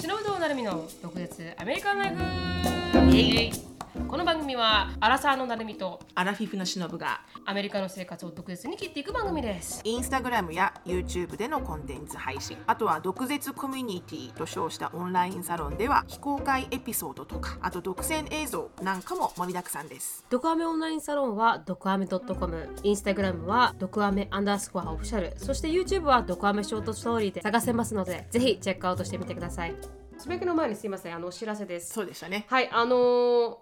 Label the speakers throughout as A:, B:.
A: 忍道なるみの独舌アメリカンライフこの番組はアラサーのなるみと
B: アラフィフのしのぶが
A: アメリカの生活を独舌に切っていく番組です
B: インスタグラムや YouTube でのコンテンツ配信あとは毒舌コミュニティと称したオンラインサロンでは非公開エピソードとかあと独占映像なんかも盛りだくさんです
A: ドクアメオンラインサロンはドクアメ .com インスタグラムはドクアメアンダースコアオフィシャルそして YouTube はドクアメショートストーリーで探せますのでぜひチェックアウトしてみてくださいすべきの前にすいませんあのお知らせです
B: そうでしたね
A: はいあのー、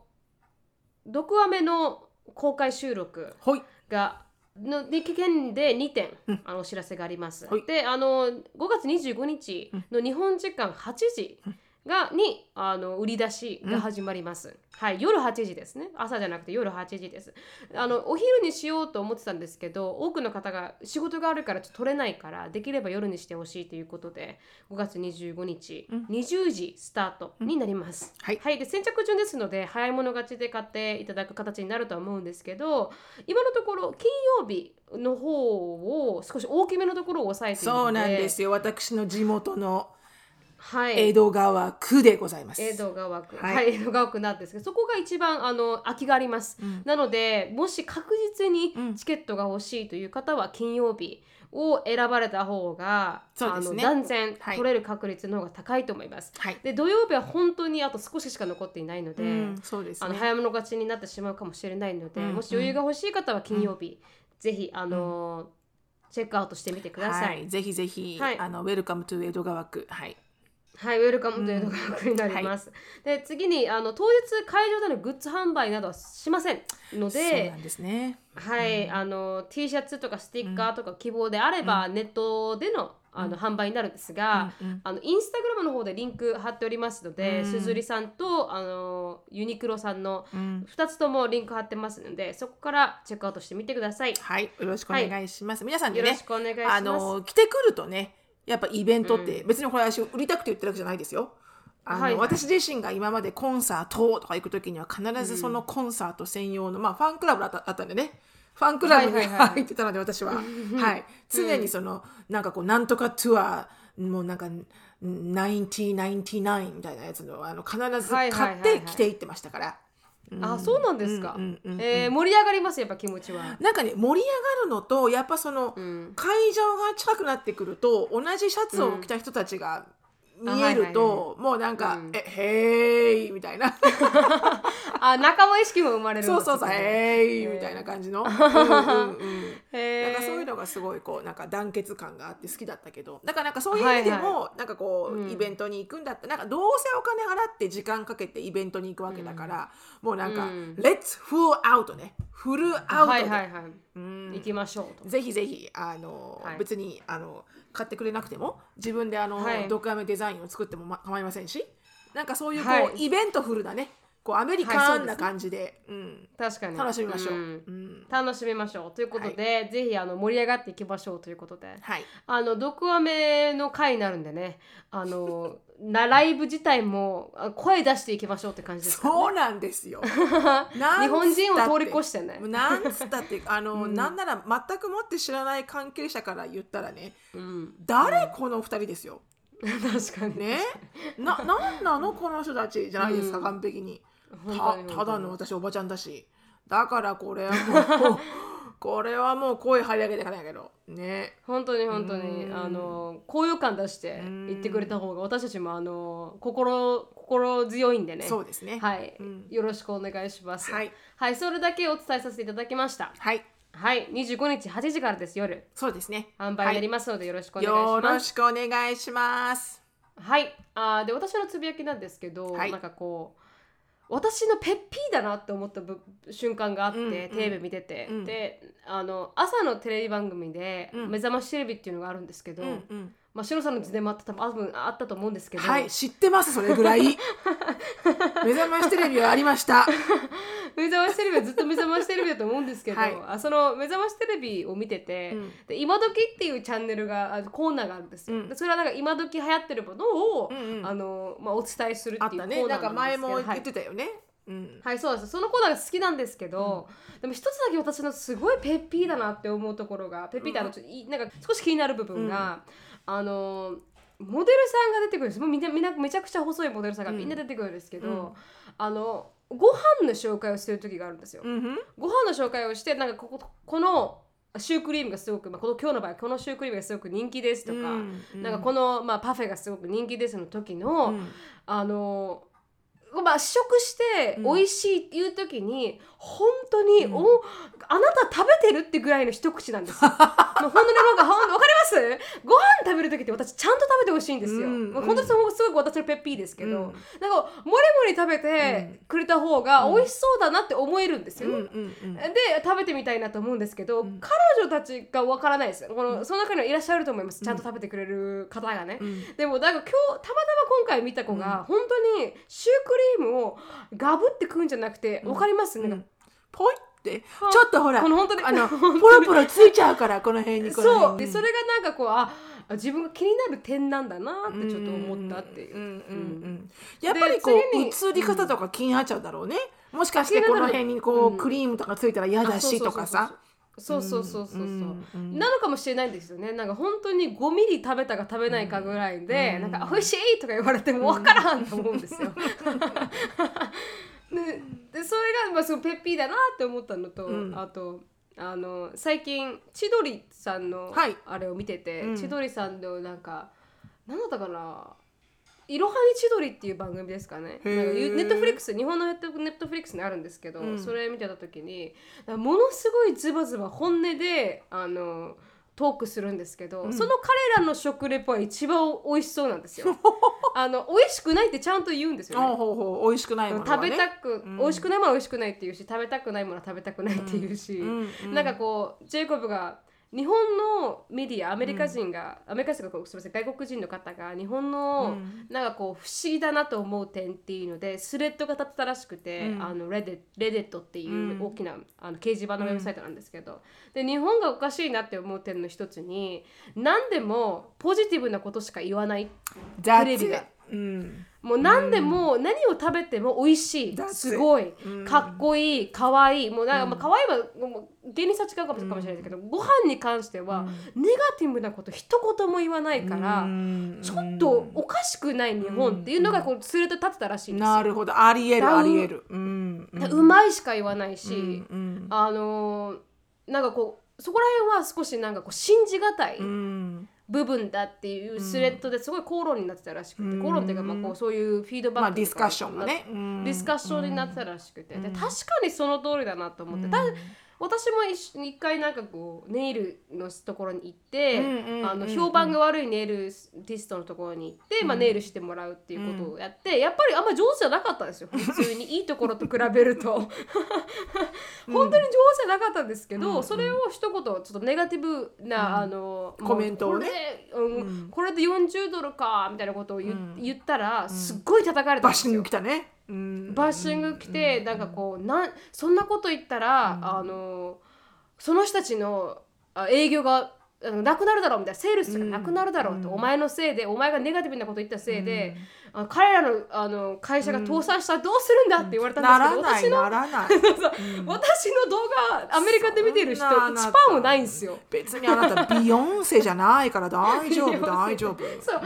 A: ドクアメの公開収録
B: ほい
A: がの日券で2点
B: うん
A: あのお知らせがあります。
B: はい
A: であの5月25日の日本時間8時がにあの売り出しが始まります。はい夜8時ですね朝じゃなくて夜8時です。あのお昼にしようと思ってたんですけど多くの方が仕事があるからちょっと取れないからできれば夜にしてほしいということで5月25日、
B: うん
A: 20時スタートになります。
B: はい
A: はい、で先着順ですので早い者勝ちで買っていただく形になるとは思うんですけど今のところ金曜日の方を少し大きめのところを抑えているので
B: そうなんですよ私の地元の
A: はい
B: 江戸川区でございます
A: 江戸川区は
B: はい
A: い、江戸川区なんですけどそこが一番あの空きがあります、
B: うん
A: なのでもし確実
B: うん
A: にチケットが欲しいという方は金曜日を選ばれた方が、
B: そう
A: あ
B: です
A: の
B: ね
A: 断然
B: はい
A: 取れる確率の方が高いと思います、
B: はい
A: で土曜日は本当にあと少ししか残っていないので、
B: うんそうです
A: あの
B: ね
A: 早物勝ちになってしまうかもしれないので、
B: うん
A: もし余裕が欲しい方は金曜日、ぜひあのーチェックアウトしてみてくださ。
B: はいいぜひぜひ
A: はい
B: あのウェルカムトゥ江戸川区はい
A: はい、ウェルカムというのが楽になります。で次にあの当日会場でのグッズ販売などはしませんの
B: そうな
A: で
B: ん。ですね
A: はい、あの T シャツとかステッカーとか希望であれば、ネットでのあの、販売になるんですが、
B: うんうん
A: あのインスタグラムの方でリンク貼っておりますので、
B: うん
A: すずりさんとあのユニクロさんの
B: うん
A: 2つともリンク貼ってますのでそこからチェックアウトしてみてください。
B: はいよろしくお願いします皆さんに
A: よろ
B: ね
A: しくお願いします。
B: あの来てくるとねやっぱイベントって、別にこれ私売りたくて言ってるわけじゃないですよ。あの
A: はいはい
B: 私自身が今までコンサートとか行く時には必ずそのコンサート専用の、まあ、ファンクラブだったあったんでねファンクラブ
A: は
B: に
A: いはいはい
B: 入ってたので 私は、はい、常にそのなんかこうなんとかツアーもうなんか1999みたいなやつのあの必ず
A: はいはいは
B: 買っ
A: いはい
B: て着ていってましたから、
A: あそうなんですか。
B: うんうんうんうん
A: えー盛り上がりますやっぱ気持ちは。
B: なんかね盛り上がるのとやっぱその、
A: うん。
B: 会場が近くなってくると同じシャツを着た人たちが
A: う
B: 見
A: んあは
B: え
A: いはいは
B: る
A: い
B: と、もうなんか「
A: うん
B: えへーい」みたいな
A: あ仲間意識も生まれるんだ
B: そうそうそう「
A: こで
B: へーい」みたいな感じの、うんうんうん
A: へー
B: なんかそういうのがすごいこうなんか団結感があって好きだったけどだからなんかそういう意味でも、なんかこう、
A: うん
B: イベントに行くんだったらなんかどうせお金払って時間かけてイベントに行くわけだから、もうなんか「
A: うん
B: Let's full out」ね「フルアウト
A: は
B: で」
A: いはいはい。
B: うん
A: 行きましょうと。
B: ぜひぜひあの、
A: はい
B: 別にあの買ってくれなくても自分であの、
A: はい
B: ドクアメデザインを作っても、ま、構いませんしなんかそういうこう、
A: はい
B: イベントフルなねこうアメリ
A: はい
B: カ
A: そうで
B: ン
A: す
B: な
A: ね
B: 感じで,、うん、
A: 確かに。
B: 楽しみましょう、うん
A: ん楽しみましょうということで、ぜひあの盛り上がっていきましょうということで、
B: はい、
A: あの毒アメの回になるんでね、あの なライブ自体もあ声出していきましょうって感じですか、ね。
B: そうなんで すよ
A: 日
B: 日
A: 本人を通り越してね。
B: なんつったって あの、なんなら全くもって知らない関係者から言ったらね
A: うん。
B: 誰この二人ですよ、
A: 確かに。
B: ね ななんなのこの人たちじゃないですか、
A: うん
B: 完璧に。
A: 本当に本
B: た
A: 当に
B: ただの私おばちゃんだしだからこれは もうこれはもう声張り上げていかないけどね
A: 本当に本当に
B: うん
A: あの高揚感出して言ってくれた方が私たちもあの心心強いんでね
B: そうですね
A: はい、
B: うん
A: よろしくお願いします
B: はい、
A: はい、それだけお伝えさせていただきました
B: はい
A: はい25日8時からです夜
B: そうですね
A: 販売になり
B: ま
A: ますのでよろしくお願いし
B: よ
A: ま
B: ろ
A: す
B: しくお願いします
A: はいあーで私のつぶやきなんですけど、
B: はい
A: なんかこう私のペッピーだなって思ったぶ瞬間があって、
B: うんうん
A: テレビ見てて、
B: うん
A: であの朝のテレビ番組で
B: う
A: 「
B: ん
A: 目覚ましテレビ」っていうのがあるんですけど、
B: うんうん
A: まあ、シロさんの図でもあった多分あ分あったと思うんですけど、
B: はい知ってますそれぐらい目覚ましテレビはありました
A: 目覚ましテレビはずっと目覚ましテレビだと思うんですけど、
B: はい
A: あその目覚ましテレビを見てて、
B: うん
A: で今時っていうチャンネルがあコーナーがあるんですよ、
B: うん
A: でそれはなんか今時流行ってるものを、
B: うんうん
A: あのまあ、お伝えする
B: あ
A: っ
B: って
A: いうコーナーなんですけど
B: たねなんか前も
A: は
B: 言っ
A: い
B: てたよね、うん
A: はいそうなんですそのコーナーが好きなんですけど、でも一つだけ私のすごいペッピーだなって思うところがペッピーってあのちょっといなんか少し気になる部分が、あのモデルさんが出てくるんですもうみんなみんなめちゃくちゃ細いモデルさんが
B: うん
A: みんな出てくるんですけど、
B: うん
A: あのご飯の紹介をする時があるんですよ、
B: うんふん
A: ご飯の紹介をしてなんかこここのシュークリームがすごく、まあ、この今日の場合このシュークリームがすごく人気ですとか、
B: うん
A: なんかこの、まあ、パフェがすごく人気ですの時の、
B: うん
A: あのまあ試食して
B: うん
A: 美味しいっていう時に、本当に、
B: うん
A: おあなた食べてるってぐらいの一口なんです よ。もう本当になんかほんわかりますご飯食べる時って私ちゃんと食べてほしいんですよ。
B: うん
A: まあ本当にそのすごく私のペッピーですけど、
B: うん
A: なんかもりもり食べてくれた方が美味しそうだなって思えるんですよね。
B: うんうんうん
A: で食べてみたいなと思うんですけど、
B: うん
A: 彼女たちがわからないですこの、その中にはいらっしゃると思いますちゃんと食べてくれる方がね、
B: うん
A: でもなんか今日たまたま今回見た子が、本当にシュークリームをガブって食うんじゃなくて
B: うん
A: わかります、
B: う
A: なん
B: ん
A: か
B: ポイってちょっとほら
A: この本当に
B: あ の
A: 本
B: ポ
A: 当
B: ロ
A: に
B: ポロついちゃうからこの辺にこの
A: そう
B: 辺
A: で
B: に
A: それがなんかこうあ自分が気になる点なんだなってちょっと思ったっていう。
B: うんうんうん
A: う
B: うんやっぱりこう
A: 次に
B: 映り方とか気になっちゃうだろうね、もしかしてこの辺に
A: う
B: こうんクリームとかついたら嫌だしとかさ
A: そうそうそうそうそうそうそうそう、
B: うんうん
A: なのかもしれないんですよねなんか本当に5ミリ食べたか食べないかぐらいで、
B: うん
A: なんか「美味しい!」とか言われても分からんと思うんですよ。ねでそれが、まあ、すごいペッピーだなって思ったのと、
B: うん
A: あとあの最近千鳥さんの
B: はい
A: あれを見てて、
B: うん
A: 千鳥さんのなんか何だったかな「いろはに千鳥」っていう番組ですかね
B: へー
A: なんかゆネットフリックス日本のネットネットフリックスにあるんですけど、
B: うん
A: それ見てた時になんかものすごいズバズバ本音であのトークするんですけど、
B: うん
A: その彼らの食レポは一番美味しそうなんです よあの美味しくないってちゃんと言うんですよね
B: おうほうほう美味しくないものは
A: 食
B: ね
A: べたく、
B: うん
A: 美味しくないものは美味しくないっていうし食べたくないものは食べたくないっていうし、
B: うんうん
A: なんかこうジェイコブが日本のメディアアメリカ人が、アメリカ人がこうすみません外国人の方が日本の、
B: うん
A: なんかこう不思議だなと思う点っていうのでスレッドが立ってたらしくて、
B: うん
A: あのレデレデットっていう
B: うん
A: 大きな、あの掲示板のウェブサイトなんですけど、で日本がおかしいなって思う点の一つに何でもポジティブなことしか言わない
B: 雑
A: テレビが
B: うん
A: もう何でも何を食べても美味しい、
B: That's it
A: すごい、
B: うん
A: かっこいい可愛いもうなんか、まあ可愛いはもう芸人さん違うかもしれないですけど、ご飯に関しては、ネガティブなこと一言も言わないから、
B: うん
A: ちょっとおかしくない日本っていうのがこうスレッド立ってたらしいんですよ。
B: なるほどありえる
A: ダウン
B: ありえるうん
A: でうまいしか言わないし、
B: うん
A: あのーなんかこうそこら辺は少しなんかこう信じがたい
B: うん
A: 部分だっていうスレッドですごい口論になってたらしくて、
B: うん
A: 口論っていうかまあこうそういうフィードバック
B: まあ
A: とか
B: ディスカッションがねうん
A: ディスカッションになってたらしくて、で
B: うん
A: 確かにその通りだなと思って、た私も一緒に一回なんかこうネイルのところに行って、
B: うんうんうん
A: あの評判が悪いネイルディストのところに行って、まあ、ネイルしてもらうっていうことをやってやっぱりあんま上手じゃなかったんです よ普通にいいところと比べると本当に上手じゃなかったんですけど、
B: うんうん
A: それを一言ちょっとネガティブな、あの
B: コメントをね
A: もうこれで,、うん
B: うん
A: これで40ドルかみたいなことを言,、
B: うん
A: 言ったらすっごい叩かれたん
B: バッ
A: で
B: シ
A: す
B: ン
A: よ
B: グ。来たねうん
A: バッシング来て、なんかこうなんそんなこと言ったら、あのその人たちのあ営業があのなくなるだろうみたいなセールスとかなくなるだろうと、お前のせいでお前がネガティブなこと言ったせいで、あの彼らのあの会社が倒産したらどうするんだって言われたんです
B: な
A: けど、私の
B: らないならない
A: 私の動画アメリカで見てる人
B: そんなあ
A: 1
B: なた
A: パーもないんですよ。
B: 別にあなたビヨンセじゃないから大 丈
A: ビヨン
B: 夫
A: セ
B: 大丈夫
A: そうそう私の動画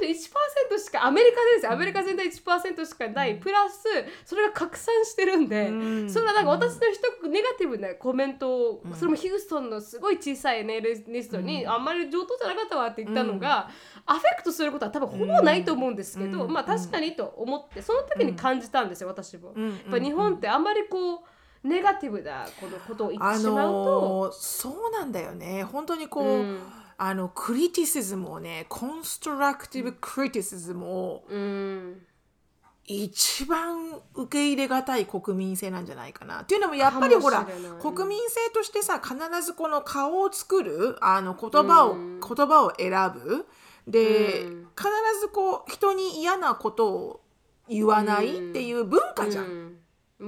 A: 見て1%しかアメリカでですよアメリカ全体1%しかないプラスそれが拡散してるんで、
B: うん
A: それはなんか私の一ネガティブなコメントを、それもヒューストンのすごい小さいネイルリストに、あんまり上等じゃなかったわって言ったのが、アフェクトすることは多分ほぼないと思うんですけど、
B: うん
A: まあ確かにと思ってその時に感じたんですよ私も。
B: うん
A: やっぱ日本ってあんまりこうネガティブなこのことを言っ
B: あ
A: てしまうと、
B: のーそうなんだよね本当にこう、
A: うん
B: あのクリティシズムをねコンストラクティブクリティシズムを
A: うん
B: 一番受け入れがたい国民性なんじゃないかなっていうのもやっぱりほら
A: かもしれない
B: 国民性としてさ必ずこの顔を作るあの言葉を、
A: うん
B: 言葉を選ぶで、
A: うん
B: 必ずこう人に嫌なことを言わないっていう文化じゃん、
A: うん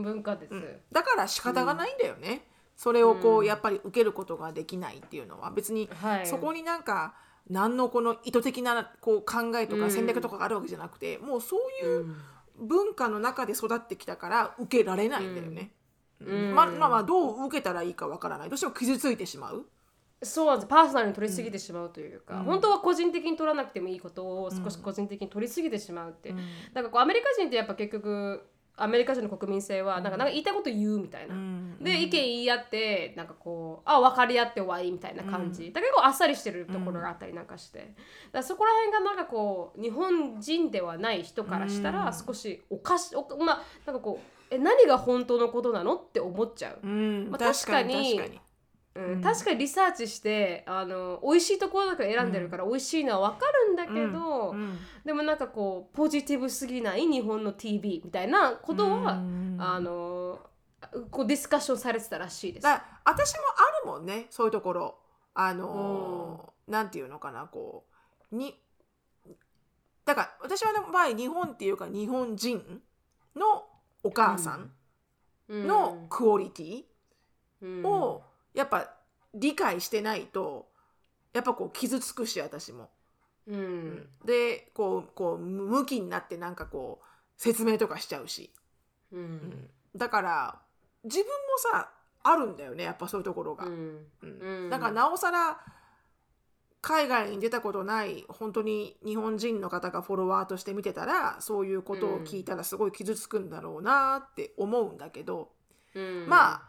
A: 文化です。
B: だから仕方がないんだよね、それをこう、
A: うん
B: やっぱり受けることができないっていうのは別に
A: はい、
B: そこになんか何のこの意図的なこう考えと
A: う
B: か
A: ん
B: 戦略とかがあるわけじゃなくて、もうそういううん文化の中で育ってきたから受けられないんだよね。
A: ん
B: ままあまあどう受けたらいいかわからないどうしても傷ついてしまう
A: そうなんですパーソナルに取りすぎてしまうというか、
B: うん
A: 本当は個人的に取らなくてもいいことを少し個人的に取りすぎてしまうって、
B: うん
A: なんかこうアメリカ人ってやっぱ結局アメリカ人の国民性はなんかなんか言いたいこと言うみたいな、
B: うん
A: で意見言い合ってなんかこうあ分かり合って終わりみたいな感じ、だけどあっさりしてるところがあったりなんかして、だからそこら辺がなんかこう日本人ではない人からした
B: う
A: ら
B: ん
A: 少しおかしおかまあなんかこうえ何が本当のことなのって思っちゃう。
B: うん
A: まあ
B: 確かに
A: 確
B: 確
A: か
B: か
A: に
B: に
A: うん
B: うん
A: 確かにリサーチしてあの美味しいところだけ選んでるから美味しいのは分かるんだけど、
B: うん
A: でもなんかこうポジティブすぎない日本の TV みたいなことは、
B: うん
A: あのこうディスカッションされてたらしいです。
B: だ私もあるもんねそういうところあのーなんていうのかなこうにだから私はの場合日本っていうか日本人のお母さんのクオリティ
A: うん
B: をやっぱ理解してないとやっぱこう傷つくし私
A: うん
B: も。
A: うん
B: でこうこう向きになってなんかこう説明とかしちゃうし。
A: うんうん
B: だから自分もさあるんだよねやっぱそういうところが。
A: うん
B: だからなおさら海外に出たことない本当に日本人の方がフォロワーとして見てたらそういうことを聞いたらすごい傷つくんだろうなって思うんだけど、
A: うん
B: まあ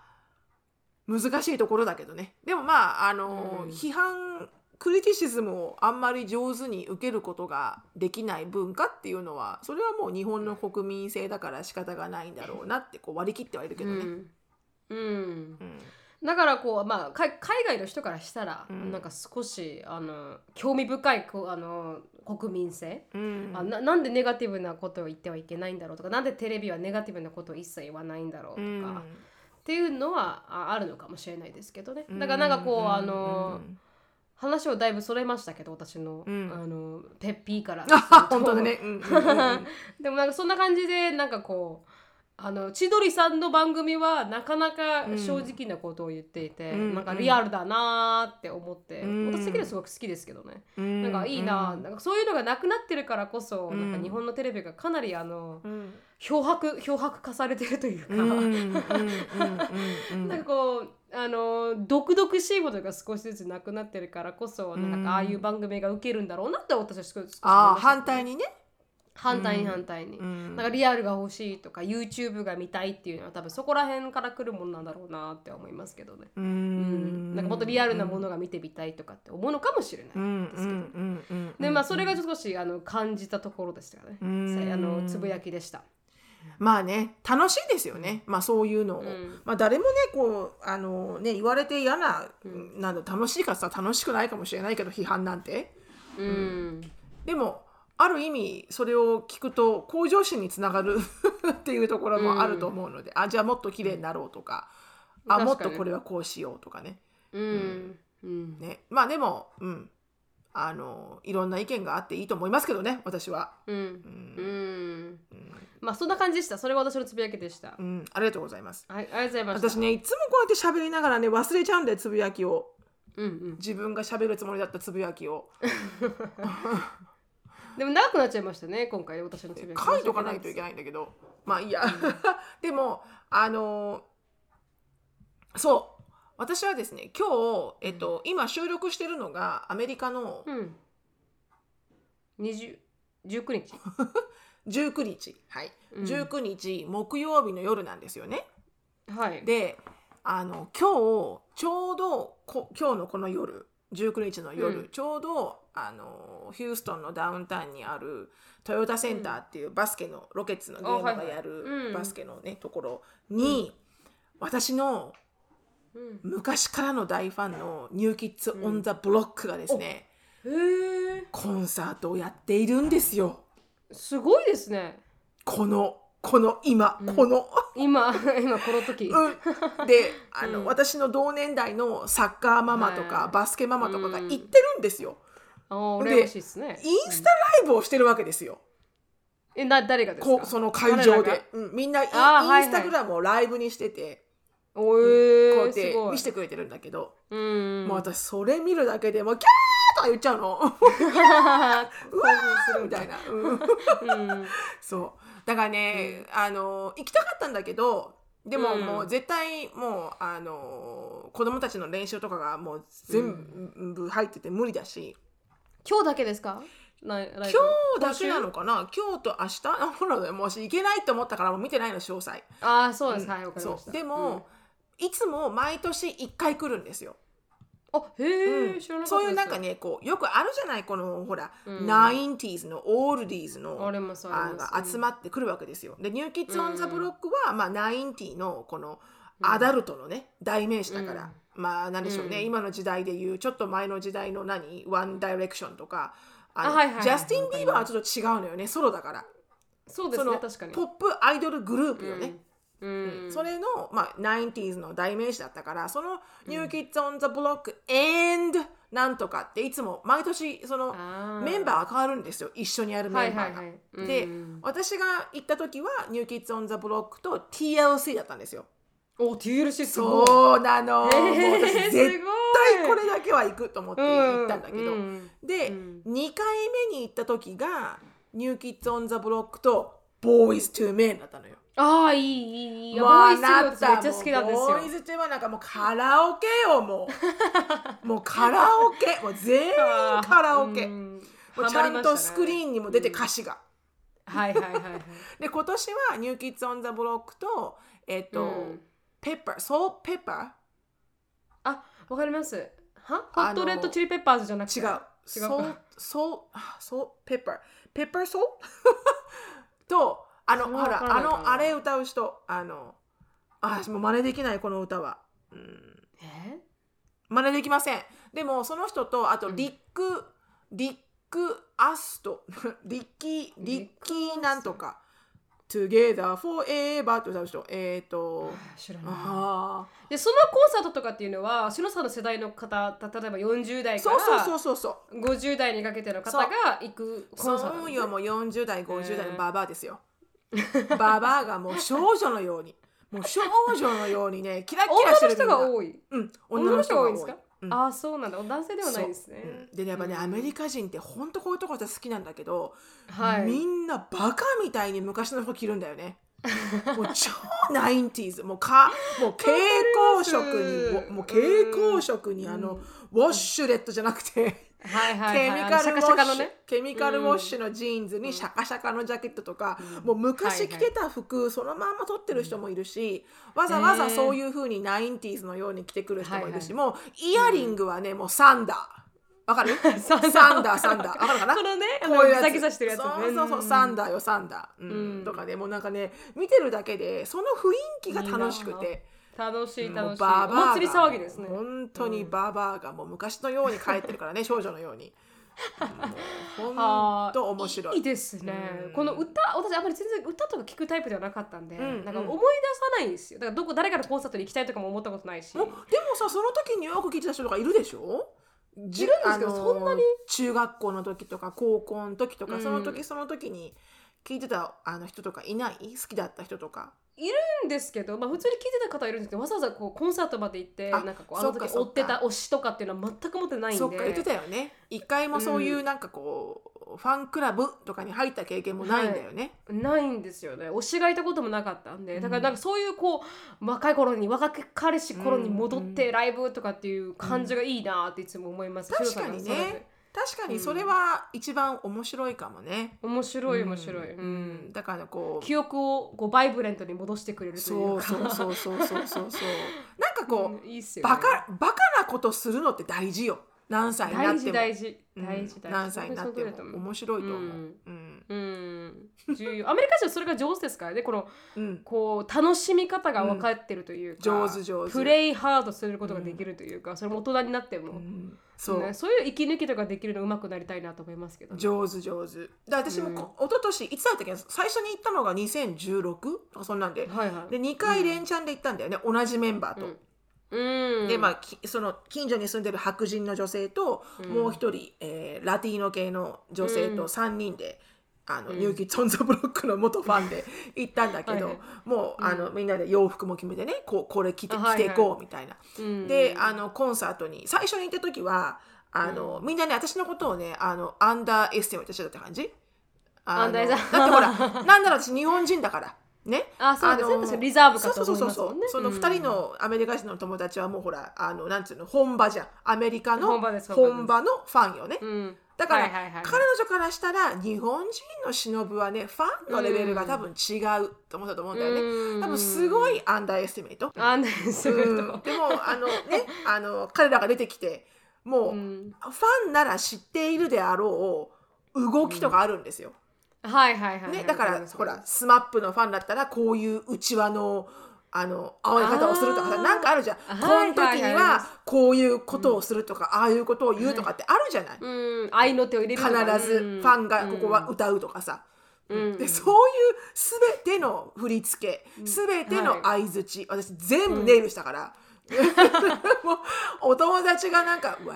B: 難しいところだけどねでもまああの、
A: うん
B: 批判クリティシズムをあんまり上手に受けることができない文化っていうのはそれはもう日本の国民性だから仕方がないんだろうなってこう割り切ってはいるけどね。
A: うんうん
B: うん
A: だからこう、まあ、か海外の人からしたら、
B: うん
A: なんか少しあの興味深いこうあの国民性、
B: うん
A: あななんでネガティブなことを言ってはいけないんだろうとかなんでテレビはネガティブなことを一切言わないんだろうとか、っ
B: ん
A: ていうのはああるのかもしれないですけどね。だからなんかこう、あの
B: うん
A: 話をだいぶそれましたけど私の,、
B: うん
A: あのペッピーから
B: 本当だね。うんうんうん うん
A: でもなんかそんな感じでなんかこうあの千鳥さんの番組はなかなか
B: うん
A: 正直なことを言っていて、
B: うん
A: なんかリアルだなーって思って、
B: うん
A: 私的にはすごく好きですけどね、
B: うん
A: なんかいいなー、
B: うん
A: なんかそういうのがなくなってるからこそ、
B: うん
A: なんか日本のテレビがかなりあの
B: うん
A: 漂白漂白化されてるというか、
B: うんうんうんうんうん
A: なんかこうあの毒々しいことが少しずつなくなってるからこそ、
B: うん
A: なんかああいう番組が受けるんだろうなって私はすごい少し思いま
B: ああ
A: した
B: 反対にね。
A: 反対に反対に、
B: うん
A: なんかリアルが欲しいとか YouTube が見たいっていうのは多分そこら辺から来るもんなんだろうなって思いますけどね、
B: う
A: うんん、なんかもっとリアルなものが見てみたいとかって思うのかもしれない、
B: うん
A: ですけど
B: うんうんうん
A: でまあそれが少しあの感じたところでしたよね、
B: うん
A: さいあのつぶやきでした、
B: まあね楽しいですよね。まあそういうのを。
A: うん
B: まあ誰もねこうあのね言われて嫌な
A: うん
B: など楽しいかさ楽しくないかもしれないけど批判なんて。
A: うん、
B: でもある意味それを聞くと向上心につながる っていうところもあると思うので、あじゃあもっと綺麗になろうとか、あも
A: 確
B: っ
A: かに
B: とこれはこうしようとかね
A: うんうん
B: ねまあでも、うん、あのいろんな意見があっていいと思いますけどね私は、
A: う
B: うん
A: うんん
B: うん
A: まあそんな感じでしたそれが私のつぶやきでした、
B: うん、ありがとうございます。
A: はいありがとうございました
B: 私ねいつもこうやって喋りながらね忘れちゃうんだよつぶやきを
A: うんうん、
B: 自分が喋るつもりだったつぶやきを
A: でも長くなっちゃいましたね今回私のつぶやき
B: 書いとかないといけ
A: ない
B: ないんだけどまあいいや でもあのーそう私はですね今日、えっと、今収録してるのがアメリカの
A: うん20 19日
B: 19日、はい
A: うん
B: 19日木曜日の夜なんですよね。
A: はい。
B: であの今日ちょうどこ今日のこの夜19日の夜、
A: うん
B: ちょうどあのヒューストンのダウンタウンにあるトヨタセンターっていうバスケのロケッツのゲー
A: あ
B: ム
A: は
B: が
A: いはい
B: や
A: う
B: る
A: ん
B: バスケのねところに、私の
A: うん
B: 昔からの大ファンのニューキッズ・オン・ザ・ブロックがですね、
A: へえ、
B: コンサートをやっているんですよ
A: すごいですね。
B: このこの今、
A: うん
B: この。
A: 今、 今この時。
B: うん、であの、
A: うん
B: 私の同年代のサッカーママとか、
A: はい
B: バスケママとかが
A: うん
B: 行ってるんですよ、
A: ああ、羨ましいですね。
B: インスタライブをしてるわけですよ、
A: え、な、誰がです
B: こ
A: か。
B: うその会場
A: 我ら
B: で
A: が、
B: うん、みんなインイ
A: あ
B: ン
A: ーはいはい
B: スタグラムをライブにしてて、
A: おえ、
B: こうやっ
A: す
B: て
A: ごい。
B: 見せてくれてるんだけど、
A: うんうん。
B: もう私それ見るだけでもうキャーとか言っちゃうのうわーみたいな、うん
A: うん
B: そうだからね、あの行きたかったんだけどでも、
A: うん
B: もう絶対もうあの子供たちの練習とかがもう全部入ってて無理だし、
A: 今日だけですかライライブ
B: 今日だけなのかな今日と明日あほらもうし行けないと思ったからもう見てないの詳細
A: ああそうです、はいわかりまし
B: そ
A: た
B: うでも、いつも毎年1回来るんですよ
A: うんあへえ、知らなかったです
B: そういうなんかねこうよくあるじゃないこのほら、
A: うん
B: ナインティーズのオールディーズの
A: ありますあ
B: あ
A: ります
B: が集まってくるわけですよ。でニューキッズ・オン・ザ・ブロックは、まあ、ナインティーのこのアダルトのね、代名詞だから、まあ何でしょうね、
A: うん
B: 今の時代でいうちょっと前の時代の何ワン・ダイレクションとかあの
A: あはいはいはい
B: ジャスティン・ビーバーはちょっと違うのよねソロだから。
A: そうです
B: そ
A: ね
B: の
A: 確かに
B: ポップアイドルグループよね、
A: うん、
B: それの、まあ、90s の代名詞だったからその「New Kids on the Block and なんとか」っていつも毎年そのメン
A: ー
B: バーは変わるんですよ一緒にやるメンバーが。
A: はいはいはい
B: で、
A: うん
B: 私が行った時は New Kids on the Block と TLC だったんですよ。
A: お TLC すごい
B: そうなの、もう
A: えー
B: 私
A: すごい
B: 絶対これだけは行くと思って行ったんだけど、
A: ううん
B: で、
A: うん
B: 2回目に行った時が New Kids on the Block と Boys to Men だったのよ。
A: ああいいいいいい
B: もうあ
A: ボーイズ
B: な
A: め
B: た
A: っちゃ好きなんです
B: もうボーイ
A: よ
B: ズってはなんかもうカラオケよも うもうカラオケもう全員カラオケ、
A: うん
B: もうちゃんとスクリーンにも出て歌詞が、
A: はいはいはいはい
B: で今年は「ニューキッズ・オン・ザ・ブロックと」えっと、
A: うん
B: ペッパーソールペッパ
A: あわかりますはホ
B: あの
A: ットレッドチリペッパーズじゃなく
B: ー
A: て
B: 違う
A: 違
B: ソー
A: う
B: ルソールあソールペッパーペッパーソール とあの
A: それは
B: ほ
A: わかららな
B: あ
A: いかな
B: のあれ歌う人あのあもう真似できないこの歌は。うん
A: え
B: 真似できませんでもその人とあと
A: うん
B: リック、リック・アスト リッキーリッキーなんとか「Together Forever」って歌う人えっ、ー、と
A: あ知らない
B: あ
A: でそのコンサートとかっていうのは篠さんの世代の方た例えば40代
B: ー
A: か
B: そうそうそ
A: ら
B: うそうそう
A: 50代にかけての方が行くコンサートなんです
B: ソン
A: ね
B: ヨも40代50代
A: へ
B: の
A: ー
B: ババアですよババアがもう少女のようにもう少女のようにねキラキラして
A: 女の人
B: るみんな
A: が多い
B: うん、
A: 女
B: 女
A: の
B: の
A: 人
B: 人
A: が多
B: が多
A: い
B: い
A: んですか
B: うん
A: ああそうなんだ男性ではないです
B: う
A: ね
B: んでやっぱね、
A: うん
B: アメリカ人ってほんとこういうところ好きなんだけど、
A: はい
B: みんなバカみたいに昔の服着るんだ よね。もう超ナインティーズもうかもう蛍光
A: わ
B: 色
A: かります
B: にもう蛍光色にあ
A: う
B: のウォッシュレットじゃなくて、
A: はいはいはい
B: ケミカルウォッシュ
A: あのシャカシャカのね
B: ケミカルウォッシュのジーンズにシャカシャカのジャケットとか、もう昔着てた服そのまんま取ってる人もいるし、わざわざそういう風にナインティーズのように着てくる人もいるし、
A: えー
B: もうイヤリングはね、もうサンダー わかる
A: サンダー
B: サンダーサンダーわかるか な
A: このねあ
B: こう
A: の
B: いう
A: ギ
B: やつ
A: ザギザしてるやつね
B: そうそうそう、サンダーよサンダー、うん
A: うん
B: とかねもうなんかね見てるだけでその雰囲気が楽しく
A: いいな
B: て
A: 楽しい
B: も
A: 楽
B: う
A: しい
B: ババア
A: お
B: が
A: 祭り騒ぎですね
B: 本当にババアがもう昔のように帰ってるからね、 少女のように
A: は
B: もう本
A: あ
B: 当面白い
A: いいですね、
B: うん
A: この歌私あんまり全然歌とか聞くタイプではなかったんで、
B: うん
A: なんか思い出さないんですよだからどこ誰かのコンサートに行きたいとかも思ったことないし
B: おでもさその時によく聞いてた人とかいるでしょいるんです
A: けどそんなに
B: 中学校の時とか高校の時とか、
A: うん
B: その時その時に聞いてたあの人とかいない好きだった人とか
A: なんですけど、まあ、普通に聞いてた方いるんですけどわざわざこうコンサートまで行ってな
B: あ
A: んかこうあ
B: そ
A: の
B: っか
A: 時
B: そ
A: 追
B: っか
A: ってた推しとかっていうのは全く持ってないんで
B: そっか言ってたよね一回もそういうなんかこう、ファンクラブとかに入った経験もないんだよね、
A: ないんですよね推しがいたこともなかったんで
B: うん
A: だからなんかそういうこう若い頃に若き彼氏頃に戻っ
B: う
A: てライブとかっていう感じがいいなっていつも思います、
B: うん
A: シロさんが
B: 確かにね
A: そうだ
B: 確かにそれは一番面白いかもね、
A: 面白い面白い、
B: う
A: うんん
B: だからこう
A: 記憶をこうバイブレントに戻してくれるとい
B: そうう
A: か
B: そうそうそうそうそうそうなんかこ う、
A: うんいいっすよね
B: バカバカなことするのって大事よ何歳にな
A: 大
B: って
A: 事
B: も
A: 大事
B: うん
A: 大事大事
B: 何歳になって
A: 本当
B: も
A: にその通りだと思う
B: 面白いと思う、う
A: うんんうん重要アメリカ人はそれが上手ですからねこの
B: うん
A: こう楽しみ方が分かってるというか、
B: うん上手上手
A: プレイハードすることができるというか、それも大人になっても、
B: うん
A: そ
B: そうう、
A: ね、そういう息抜きとかできるの上手くなりたいなと思いますけど、ね、
B: 上手上手で私もこ、一昨年いつだったっけ最初に行ったのが 2016? とかそんなんで
A: はいはい
B: で2回連チャンで行ったんだよね、同じメンバーと。
A: うん
B: でまあ、きその近所に住んでる白人の女性と、もう一人、えーラティーノ系の女性
A: う
B: と
A: ん
B: 3人で、あの
A: うん
B: ニューキッズ・オン・ザ・ブロックの元ファ ンで行ったんだけど
A: はい
B: もうあの、みんなで洋服も決めてねこうこれ着て
A: あは
B: 着
A: いはい
B: ていこうみたいな。
A: うん
B: であのコンサートに最初に行った時はあの、みんなね私のことをねあのアンダーエスティメイトしてたって感じあの
A: アンダーエスティ
B: だってほらなんなら私日本人だからね
A: あそうですね
B: あの
A: 確かにリザーブ
B: そ
A: か
B: う
A: と
B: そう
A: 思い
B: そう
A: ます
B: そ
A: も
B: うん
A: ね
B: その2人、のアメリカ人の友達はもうほらあのなんつうの本場じゃんアメリカ
A: うん本
B: の
A: 場です
B: 本
A: 場
B: 場のファンよね
A: ですうん
B: だから、
A: はいはいはい
B: 彼女からしたら日本人の忍はねファンのレベルが多分違うと思ったと思うんだよね、
A: うん
B: 多分すごいアンダーエスティメイト、
A: あんなにすごい
B: うんでもあの ねあの彼らが出てきてもう、
A: うん
B: ファンなら知っているであろう動きとかあるんですよ、
A: はいはいはいはい
B: ね、だか
A: わりま
B: ら
A: す
B: ほらスマップのファンだったらこういううちわのあの合わせ方をするとか
A: あ
B: さ
A: ー
B: なんかあるじゃん
A: あ
B: この
A: はい
B: 時
A: はい
B: に
A: はいありま
B: はこういうことをするとか、ああいうことを言うとかってあるじゃない、
A: うん愛の手を入れるとか
B: 必ずファンがここは歌うとかさ、
A: うん
B: でそういうすべての振り付けすべての相づち、私全部ネイルし たから、もうお友達がなんか「わ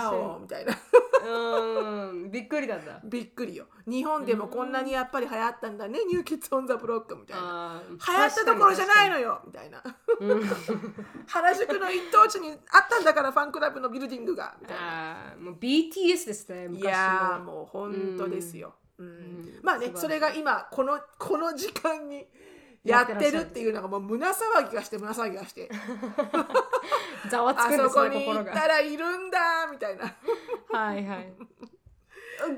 B: ーお!」みたいな
A: うんうんびっくりだった
B: びっくりよ日本でもこんなにやっぱり流行ったんだね「ニューキッズ・オン・ザ・ブロック」みたいな。
A: あー
B: 流行ったところじゃないのよみたいな原宿の一等地にあったんだからファンクラブのビルディングがみたいな
A: あーもう BTS ですね
B: い
A: 昔の
B: やーもう本当ですよ、うん
A: うん
B: まあね
A: 素晴らしい
B: それが今このこの時間にやってるっていうのがもう胸騒ぎがして胸騒ぎがして
A: ざわつ
B: あ
A: くんで
B: そ
A: す
B: こ
A: ね
B: に行
A: 心
B: っ
A: が
B: たらいるんだみたいな
A: はいはい。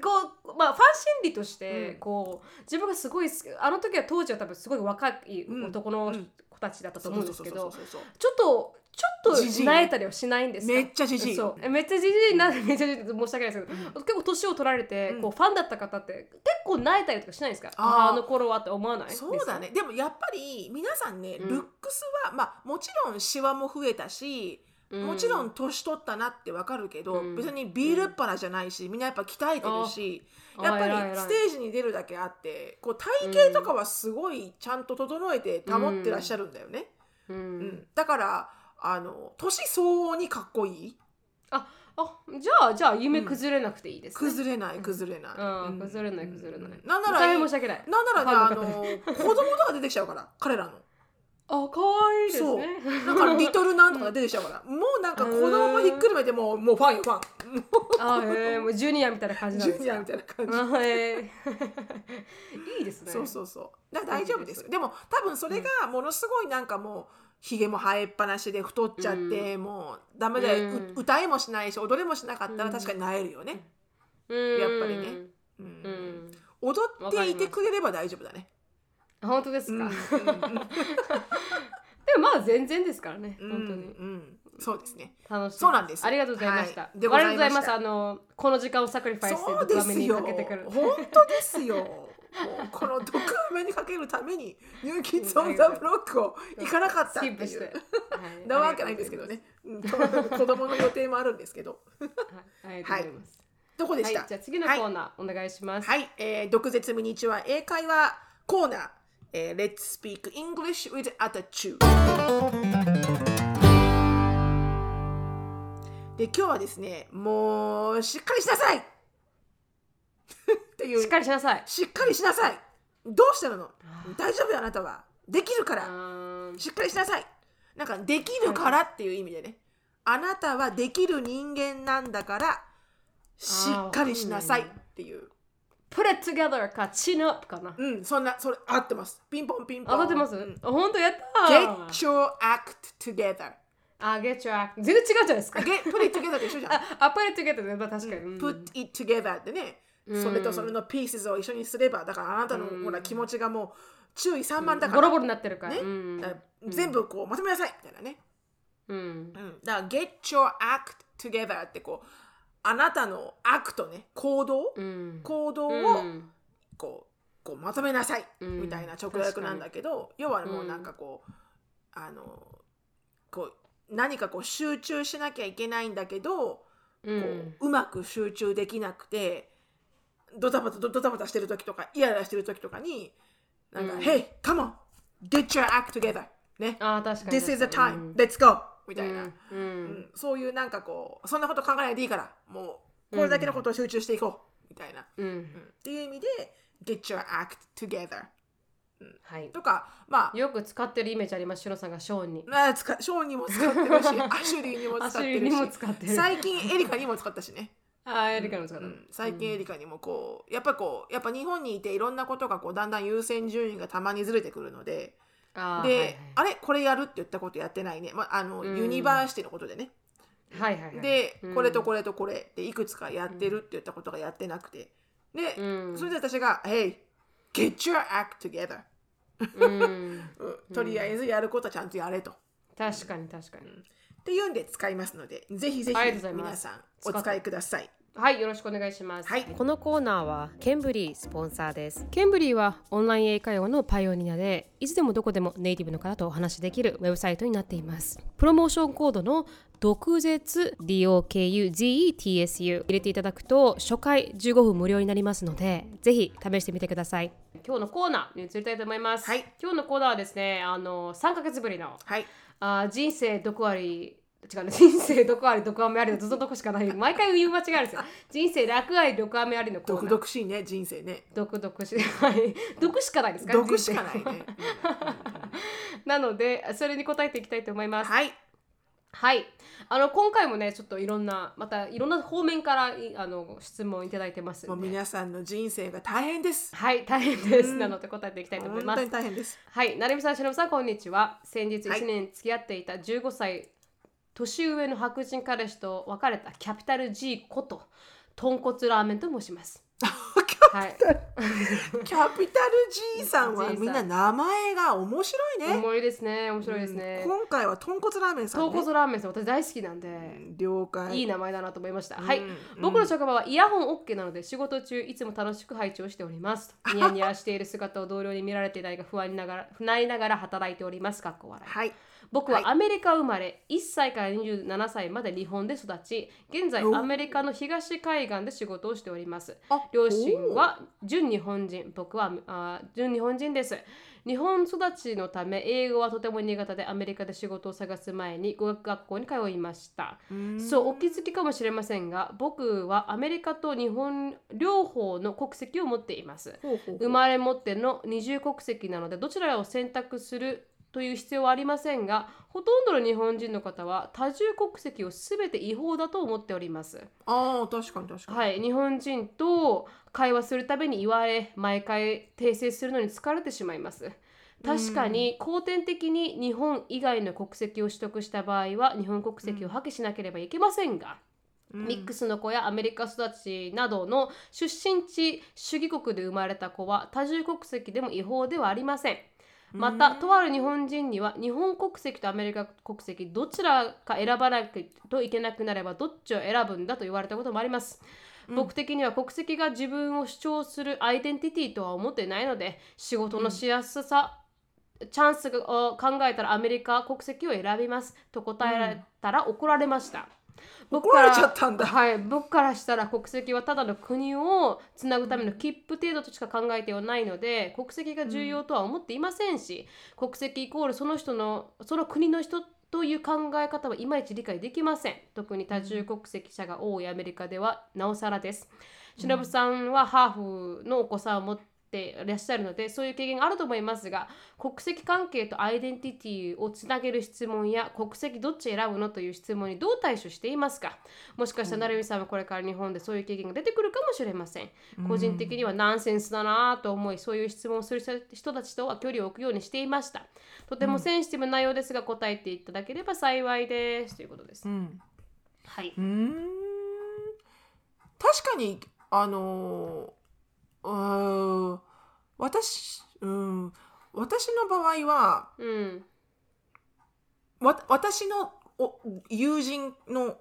A: こうまあ、ファン心理として、
B: うん
A: こう自分がすごい好きあの時は当時は多分すごい若い
B: うん
A: 男の
B: うん
A: 子たちだったと思うんですけど
B: そうそうそうそう
A: ちょっと
B: じ
A: ちょ
B: じ
A: っと
B: い
A: なえたりはしないんですか
B: めっちゃじじい
A: そうえめっちゃじじいなめっちゃじじいって申し訳ないですけど、結構年を取られて、
B: うん
A: こうファンだった方って結構なえたりとかしないんですかあ
B: あー
A: ああの頃はって思わない
B: そうだねでもやっぱり皆さんね、
A: うん
B: ルックスはまあもちろんシワも増えたし
A: う
B: もちろん年取ったなってわかるけど、
A: うん
B: 別にビールっ腹じゃないしみんなやっぱ鍛えてるしやっぱりステージに出るだけあってこう体型とかはすごいちゃんと整えて保ってらっしゃるんだよね、
A: ージ、うん
B: うんだからあの年相応にかっこいい
A: あじゃあじゃあ夢崩れなくていいです、ね
B: 崩れない崩れない、
A: うん崩れない崩れない
B: うんなんなら
A: 大
B: いい
A: 変申し訳ない
B: なんならねあ
A: ファンの
B: の子供とか出てきちゃうから彼らの。
A: あ可愛いですね
B: だからリトルなんとか出てきちゃうから、もうなんか子供ひっくるめてもうもうファンよファ
A: あえー、もうジュニアみたいな感じ
B: ン
A: な
B: ジ
A: んです
B: ュニ
A: か
B: アみたいな感じ、
A: あえー いいですね
B: そうそうそうだから大丈夫です
A: いいです
B: よでも多分それがものすごいなんかもうひげも生えっぱなしで太っちゃって、もうダメで、う
A: うん
B: 歌えもしないし踊れもしなかった
A: う
B: ら
A: ん
B: 確かになえるよね、
A: うん
B: やっぱりねうん
A: うん
B: 踊っていてくれれば大丈夫だね
A: あ本当ですか、
B: うんうん
A: でもまあ全然ですからね、
B: うん
A: 本当
B: う
A: に
B: んそうですね
A: 楽しい
B: そうなんです
A: ありがとうございました、
B: は
A: あ
B: い
A: り
B: で
A: が
B: ご
A: とう
B: ざ
A: ご
B: い
A: ざ
B: ま
A: い
B: した
A: ますあのこの時間をサクリファイス
B: そう
A: で
B: で
A: ドカメ
B: す
A: に
B: よ
A: かけてくる
B: 本当ですよもうこの毒目にかけるためにニューキッズ・オン・ザ・ブロックを行かなかっ
A: ス
B: たっ
A: キ
B: て
A: ップし
B: い
A: て、は
B: う
A: い
B: なわけないんですけどね、 うん、 子供の予定もあるんですけど
A: はいありがとうございます、
B: どこで
A: はい
B: した、
A: じゃあ次のコーナーお願いします、
B: はい、えー、毒舌ミニチュア英会話コーナー、えー、Let's speak English with attitude で今日はですねもうしっかりしなさいっていう
A: しっかりしなさい
B: しっかりしなさいどうしたの大丈夫よあなたはできるか
A: あ
B: ら
A: ー
B: しっかりしなさいなんかできるからっていう意味でねあなたはできる人間なんだからしっかりしなさいっていう
A: Put it together か Chin up かな
B: うんそんなそれ合ってますピンポンピンポン
A: 当たってます、
B: うん
A: あ本当やった
B: Get your act together
A: あ、get your act 全然違うじゃないですか
B: Get, put it together と一緒じゃん
A: あ、アパレットゲットで、まあ、確かに、うん
B: Put it together ってね、それとそれのピースを一緒にすればだからあなたのほら気持ちがもう注意散漫だか
A: ボ
B: ら,、
A: ロボロになってるから、うん
B: だから全部こうまとめなさいみたいなね
A: うん
B: うん、だから get your act together ってこうあなたのアクトね行動、
A: うん
B: 行動を
A: うん
B: こうこうまとめなさい
A: うん
B: みたいな直訳なんだけど、要はもうなんかこう、あのこう何かこう集中しなきゃいけないんだけど、
A: う
B: こ
A: ん
B: ううまく集中できなくてドタバタドタバタしてる時とかイライラしてる時とかになんか「
A: うん
B: Hey come on get your act together」ね
A: あー確
B: 「
A: かに
B: This is the
A: 確かに
B: time let's go」みたいな。
A: うんうん
B: そういうなんかこうそんなこと考えないでいいからもうこれだけのことを集中していこうみたいな、
A: うん
B: うんっていう意味で Get your act together
A: はい
B: とかまあ
A: よく使ってるイメージありますシロさんがショーンに
B: ま あ使ショーンにも使ってるしアシュリーにも
A: ア
B: 使
A: シ
B: っ
A: ュ
B: て
A: リーに
B: るし
A: も使ってる
B: 最近エリカにも使ったしね
A: あーエリカの使
B: う
A: い方、
B: ん最近エリカにもこうやっぱこうやっぱ日本にいていろんなことがこうだんだん優先順位がたまにずれてくるので
A: あー
B: で、あれこれやるって言ったことやってないね、まあ、あの
A: うん
B: ユニバーシティのことでね
A: はいはいはいはいはい
B: で、
A: うん
B: これとこれとこれっていくつかやってるって言ったことがやってなくてで、
A: うん
B: それで私が「Hey get your act together
A: うん」
B: うんとりあえずやることはちゃんとやれと。
A: 確かに確かに
B: っていうんで使いますのでぜひぜ
A: ありが
B: ひ
A: とうござい
B: 皆
A: ます
B: さんお使いください。
A: はい、よろしくお願いします。
B: はい
A: このコーナーはケンブリースポンサーです。ケンブリーはオンライン英会話のパイオニアで、いつでもどこでもネイティブの方とお話しできるウェブサイトになっています。プロモーションコードの独絶 DOKUZETSU 入れていただくと初回15分無料になりますので、ぜひ試してみてください。今日のコーナーに移りたいと思います。
B: はい
A: 今日のコーナーはですね、あの3ヶ月ぶりの
B: はい、
A: あー人生毒あり違うね人生毒あり毒あめありのずっと毒しかない毎回言う間違えるんですよ人生楽あり毒あめありのコー
B: 毒
A: ナー
B: 々しいね人生ね。
A: 毒毒しはい 毒しかないですか
B: 毒しかない ね
A: 人。生なのでそれに答えていきたいと思い
B: うん
A: ますはい、
B: はい
A: あの今回もねちょっといろんなまたいろんな方面からいあの質問いただいてます
B: もう皆さんの人生が大変です。
A: はい大変です、
B: うん
A: なので答えていきたいと思
B: 本
A: います
B: 当に大変 です。
A: はい、なるみさん、しのぶさん、こんにちは。先日
B: はい
A: 1年付き合っていた15歳、年上の白人彼氏と別れたキャピタル G こと、豚骨ラーメンと申します。はい、
B: キャピタル G さんは
A: G さん
B: みんな名前が面白いね。
A: 重いですね、面白いですね
B: うん。今回は豚骨ラーメンさん、
A: 豚
B: ね。
A: 骨ラーメンさん、私大好きなんで、
B: うん了解。
A: いい名前だなと思いました。はい
B: うん。
A: 僕の職場はイヤホン OK なので仕事中いつも楽しく配置をしております。ニヤニヤしている姿を同僚に見られていないが不安にながら不慣れながら働いております。かっこ笑い。
B: はい。
A: 僕
B: はい
A: はアメリカ生まれ、1歳から27歳まで日本で育ち現在
B: お
A: アメリカの東海岸で仕事をしております
B: あ
A: 両親は純日本人僕はあー純日本人です日本育ちのため英語はとても苦手でアメリカで仕事を探す前に語学学校に通いましたそうお気づきかもしれませんが僕はアメリカと日本両方の国籍を持っています
B: ほうほう
A: 生まれ持っての二重国籍なのでどちらを選択するという必要はありませんがほとんどの日本人の方は多重国籍を全て違法だと思っております。
B: ああ確かに確かに。
A: はい、日本人と会話するたびに言われ毎回訂正するのに疲れてしまいます確かに後天的に日本以外の国籍を取得した場合は日本国籍を破棄しなければいけませんが、
B: うん
A: ミックスの子やアメリカ育ちなどの出身地主義国で生まれた子は多重国籍でも違法ではありませんまた、とある日本人には日本国籍とアメリカ国籍どちらか選ばないといけなくなればどっちを選ぶんだと言われたこともあります、
B: うん
A: 僕的には国籍が自分を主張するアイデンティティとは思ってないので仕事のしやすさ、チャンスを考えたらアメリカ国籍を選びますと答えられたら怒られました、僕
B: 怒
A: からら
B: れちゃったんだ。
A: はい、僕からしたら国籍はただの国をつなぐための切符程度としか考えてはないので国籍が重要とは思っていませんし、国籍イコールその人のその国の人という考え方はいまいち理解できません特に多重国籍者が多いアメリカではなおさらですしのぶさんはハーフのお子さんを持っていらっしゃるのでそういう経験があると思いますが国籍関係とアイデンティティをつなげる質問や国籍どっち選ぶのという質問にどう対処していますかもしかしたらなるみさんはこれから日本でそういう経験が出てくるかもしれません、個人的にはナンセンスだなぁと思いそういう質問をする人たちとは距離を置くようにしていましたとてもセンシティブな内容ですが答えていただければ幸いですということです、
B: うん。
A: はい、
B: うーん確かにあのーうーん私うん私の場合は
A: うん
B: わ私のお友人の、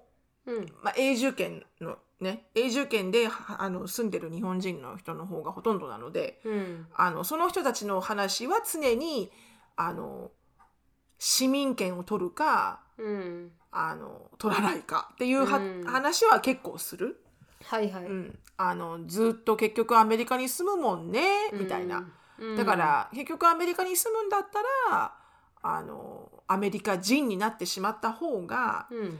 A: うん
B: まあ、永住権のね永住権ではあの住んでる日本人の人の方がほとんどなので
A: うん
B: あのその人たちの話は常にあの市民権を取るか
A: うん
B: あの取らないかっていうは、
A: うん
B: 話は結構する。
A: はいはい、
B: うん、あのずっと結局アメリカに住むもんねみたいな、
A: うん、うん
B: だから結局アメリカに住むんだったらあのアメリカ人になってしまった方が、
A: うん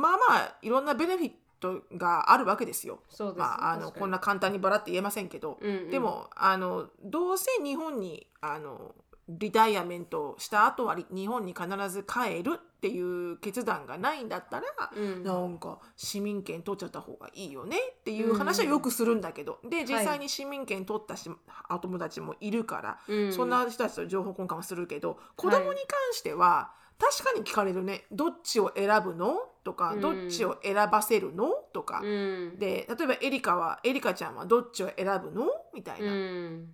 B: まあまあいろんなベネフィットがあるわけですよ。
A: そうです、
B: まあ、あの
A: 確かに
B: こんな簡単にバラって言えませんけど、
A: うんうん
B: でもあのどうせ日本にあのリタイアメントした後はり日本に必ず帰るっていう決断がないんだったら、
A: うん
B: なんか市民権取っちゃった方がいいよねっていう話はよくするんだけど、で実際に市民権取ったし、お友達もいるから、
A: うん
B: そんな人たちと情報交換はするけど子供に関しては確かに聞かれるね「どっちを選ぶの?」とか、
A: うん
B: どっちを選ばせるの?」とか、
A: うん
B: で例えばエリカは「エリカちゃんはどっちを選ぶの?」みたいな。
A: うん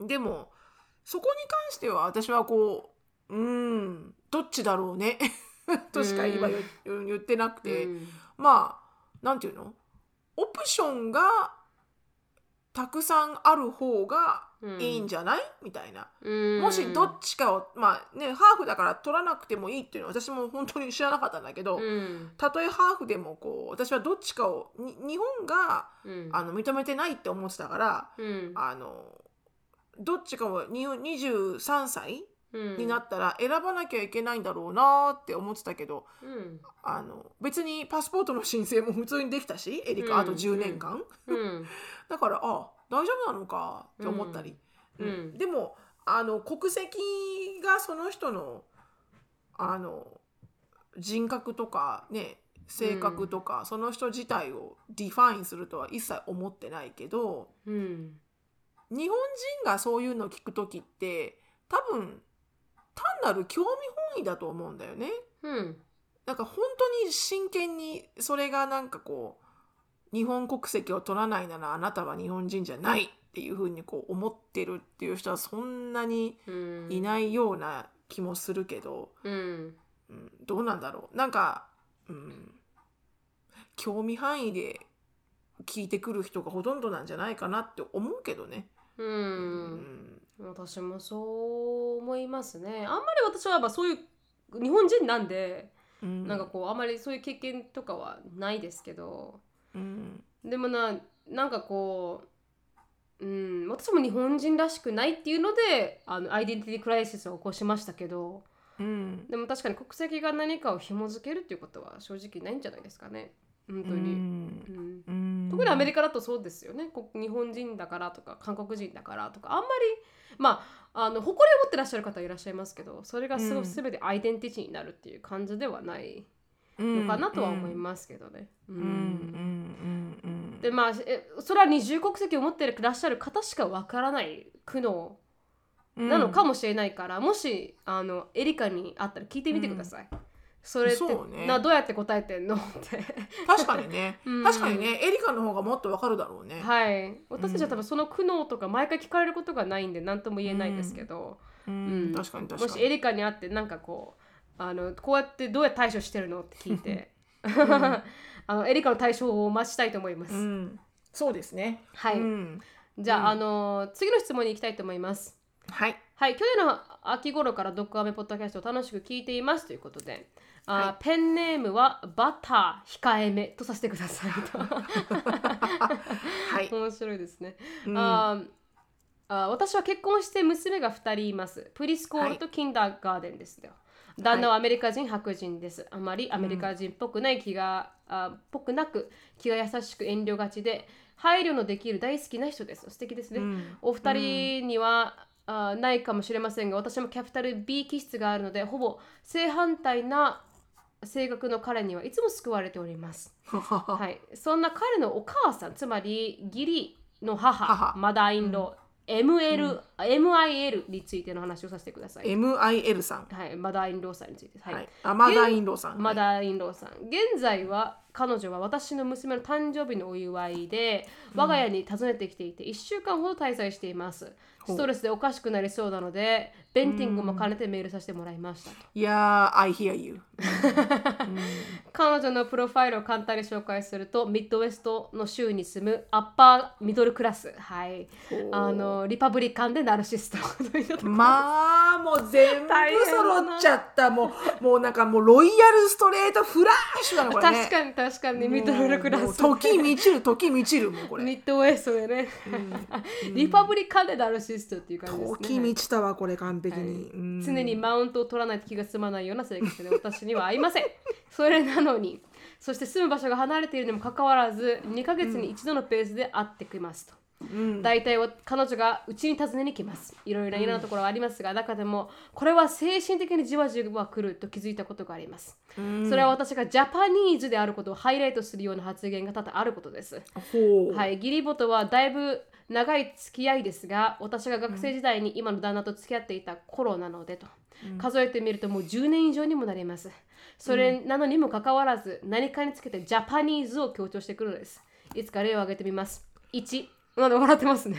B: でもそこに関しては私はこううーんどっちだろうね としか今言言ってなくて、
A: うん
B: まあなんていうのオプションがたくさんある方がいいんじゃない、みたいな。
A: うん
B: もしどっちかをまあねハーフだから取らなくてもいいっていうのは私も本当に知らなかったんだけど、
A: うん
B: たとえハーフでもこう私はどっちかをに日本が
A: うん
B: あの認めてないって思ってたから
A: うん
B: あのどっちかもに23歳
A: うん
B: になったら選ばなきゃいけないんだろうなって思ってたけど
A: うん
B: あの別にパスポートの申請も普通にできたしエリ
A: うん
B: カあと10年間、
A: うん
B: だからあ大丈夫なのかって思ったり、
A: うんうん
B: でもあの国籍がその人のあの人格とかね性格とか、その人自体をディファインするとは一切思ってないけど。
A: うん
B: 日本人がそういうのを聞く時って多分単なる興味本位だと思うんだよね。
A: うん
B: なんか本当に真剣にそれがなんかこう日本国籍を取らないならあなたは日本人じゃないっていうふうにこう思ってるっていう人はそんなに
A: うん
B: いないような気もするけど、
A: うん
B: うん、どうなんだろうなんか、うん、興味範囲で聞いてくる人がほとんどなんじゃないかなって思うけどね。
A: う
B: うん
A: 私もそう思いますね。あんまり私はまあそういう日本人なんで、
B: うん
A: なんかこうあんまりそういう経験とかはないですけど
B: うん
A: でもななんかこう、うん、私も日本人らしくないっていうのであのアイデンティティクライシスを起こしましたけど
B: うん
A: でも確かに国籍が何かを紐付けるっていうことは正直ないんじゃないですかね本当
B: う
A: に。
B: ん
A: うん
B: うん
A: 特にアメリカだとそうですよねこ日本人だからとか韓国人だからとかあんまりまああの誇りを持ってらっしゃる方いらっしゃいますけどそれがすご
B: うん
A: 全てアイデンティティになるっていう感じではない
B: の
A: のかなとは思いますけどね。う
B: すうんんうんうんうん
A: でまあえそれは二重国籍を持ってらっしゃる方しかわからない苦悩なのかもしれないから、もしあのエリカに会ったら聞いてみてください。それって
B: そうね
A: などうやって答えてんのって。
B: うん確かにね
A: うん
B: 確かにねエリカの方がもっとわかるだろうね
A: はい、私たちは多分その苦悩とか毎回聞かれることがないんで何とも言えないですけど、
B: う
A: うん
B: ん確かに確
A: も
B: か
A: し
B: に
A: エリカに会ってなんかこうあのこうやってどうやって対処してるのって聞いて、 あのエリカの対処を待ちたいと思います。
B: うんそうですね
A: はい、
B: うん
A: じゃあ,、
B: うん
A: あの次の質問に行きたいと思います。
B: はい
A: はい、去年の秋頃からドッグアメポッドキャストを楽しく聞いていますということで、あ
B: は
A: ペンネームはバター控えめとさせてくださいと
B: はい
A: 面白いですね。
B: うん
A: あーあー私は結婚して娘が2人います。プリスコールとキンダーガーデンですよ。旦那はアメリカ人、白人です。あまりアメリカ人っぽくない気が、あぽくなく気が優しく遠慮がちで配慮のできる大好きな人です。素敵ですね。
B: うん
A: お二人には、あないかもしれませんが私もキャピタル B 気質があるのでほぼ正反対な性格の彼にはいつも救われております。
B: は
A: はい、そんな彼のお母さんつまり義理の母
B: 母
A: マダーインロー、ML
B: うん
A: あ MIL についての話をさせてくだ さい、
B: MIL さん
A: はい、マダーインローさんについて、はい
B: はいアマダインローさん
A: マダーインローさん現在は彼女は私の娘の誕生日のお祝いで我が家に訪ねてきていて1週間ほど滞在しています
B: ほ
A: ス
B: う
A: トレスでおかしくなりそうなのでベンティングも兼ねてメールさせてもらいましたと
B: いやー I hear you
A: 彼女のプロファイルを簡単に紹介するとミッドウェストの州に住むアッパーミドルクラスはい
B: ほう
A: あのリパブリカンでナルシス トということ
B: まあもう全部
A: 大変だな
B: 揃っちゃったもうもうなんかもうロイヤルストレートフラッシュなのこれね
A: 確かに確かにミドルクラス
B: もう時満ちる時満ちるもうこ れ、
A: ミッドウェストでね、リパブリカンでナルシストっていう感じですね
B: 時満ちたわこれ完璧に、うん
A: 常にマウントを取らないと気が済まないような性格で私には合いません それなのにそして住む場所が離れているにもかかわらず2ヶ月に一度のペースで会ってきますと、
B: うん
A: 大体は彼女がうちに訪ねに来ますいろいろなところはありますが、中でもこれは精神的にじわじわ来ると気づいたことがあります、それは私がジャパニーズであることをハイライトするような発言が多々あることです、
B: ほう
A: はい、ギリボとはだいぶ長い付き合いですが私が学生時代に今の旦那と付き合っていた頃なのでと、
B: うん
A: 数えてみるともう10年以上にもなりますそれなのにもかかわらず何かにつけてジャパニーズを強調してくるのですいつか例を挙げてみます1まだ笑ってますね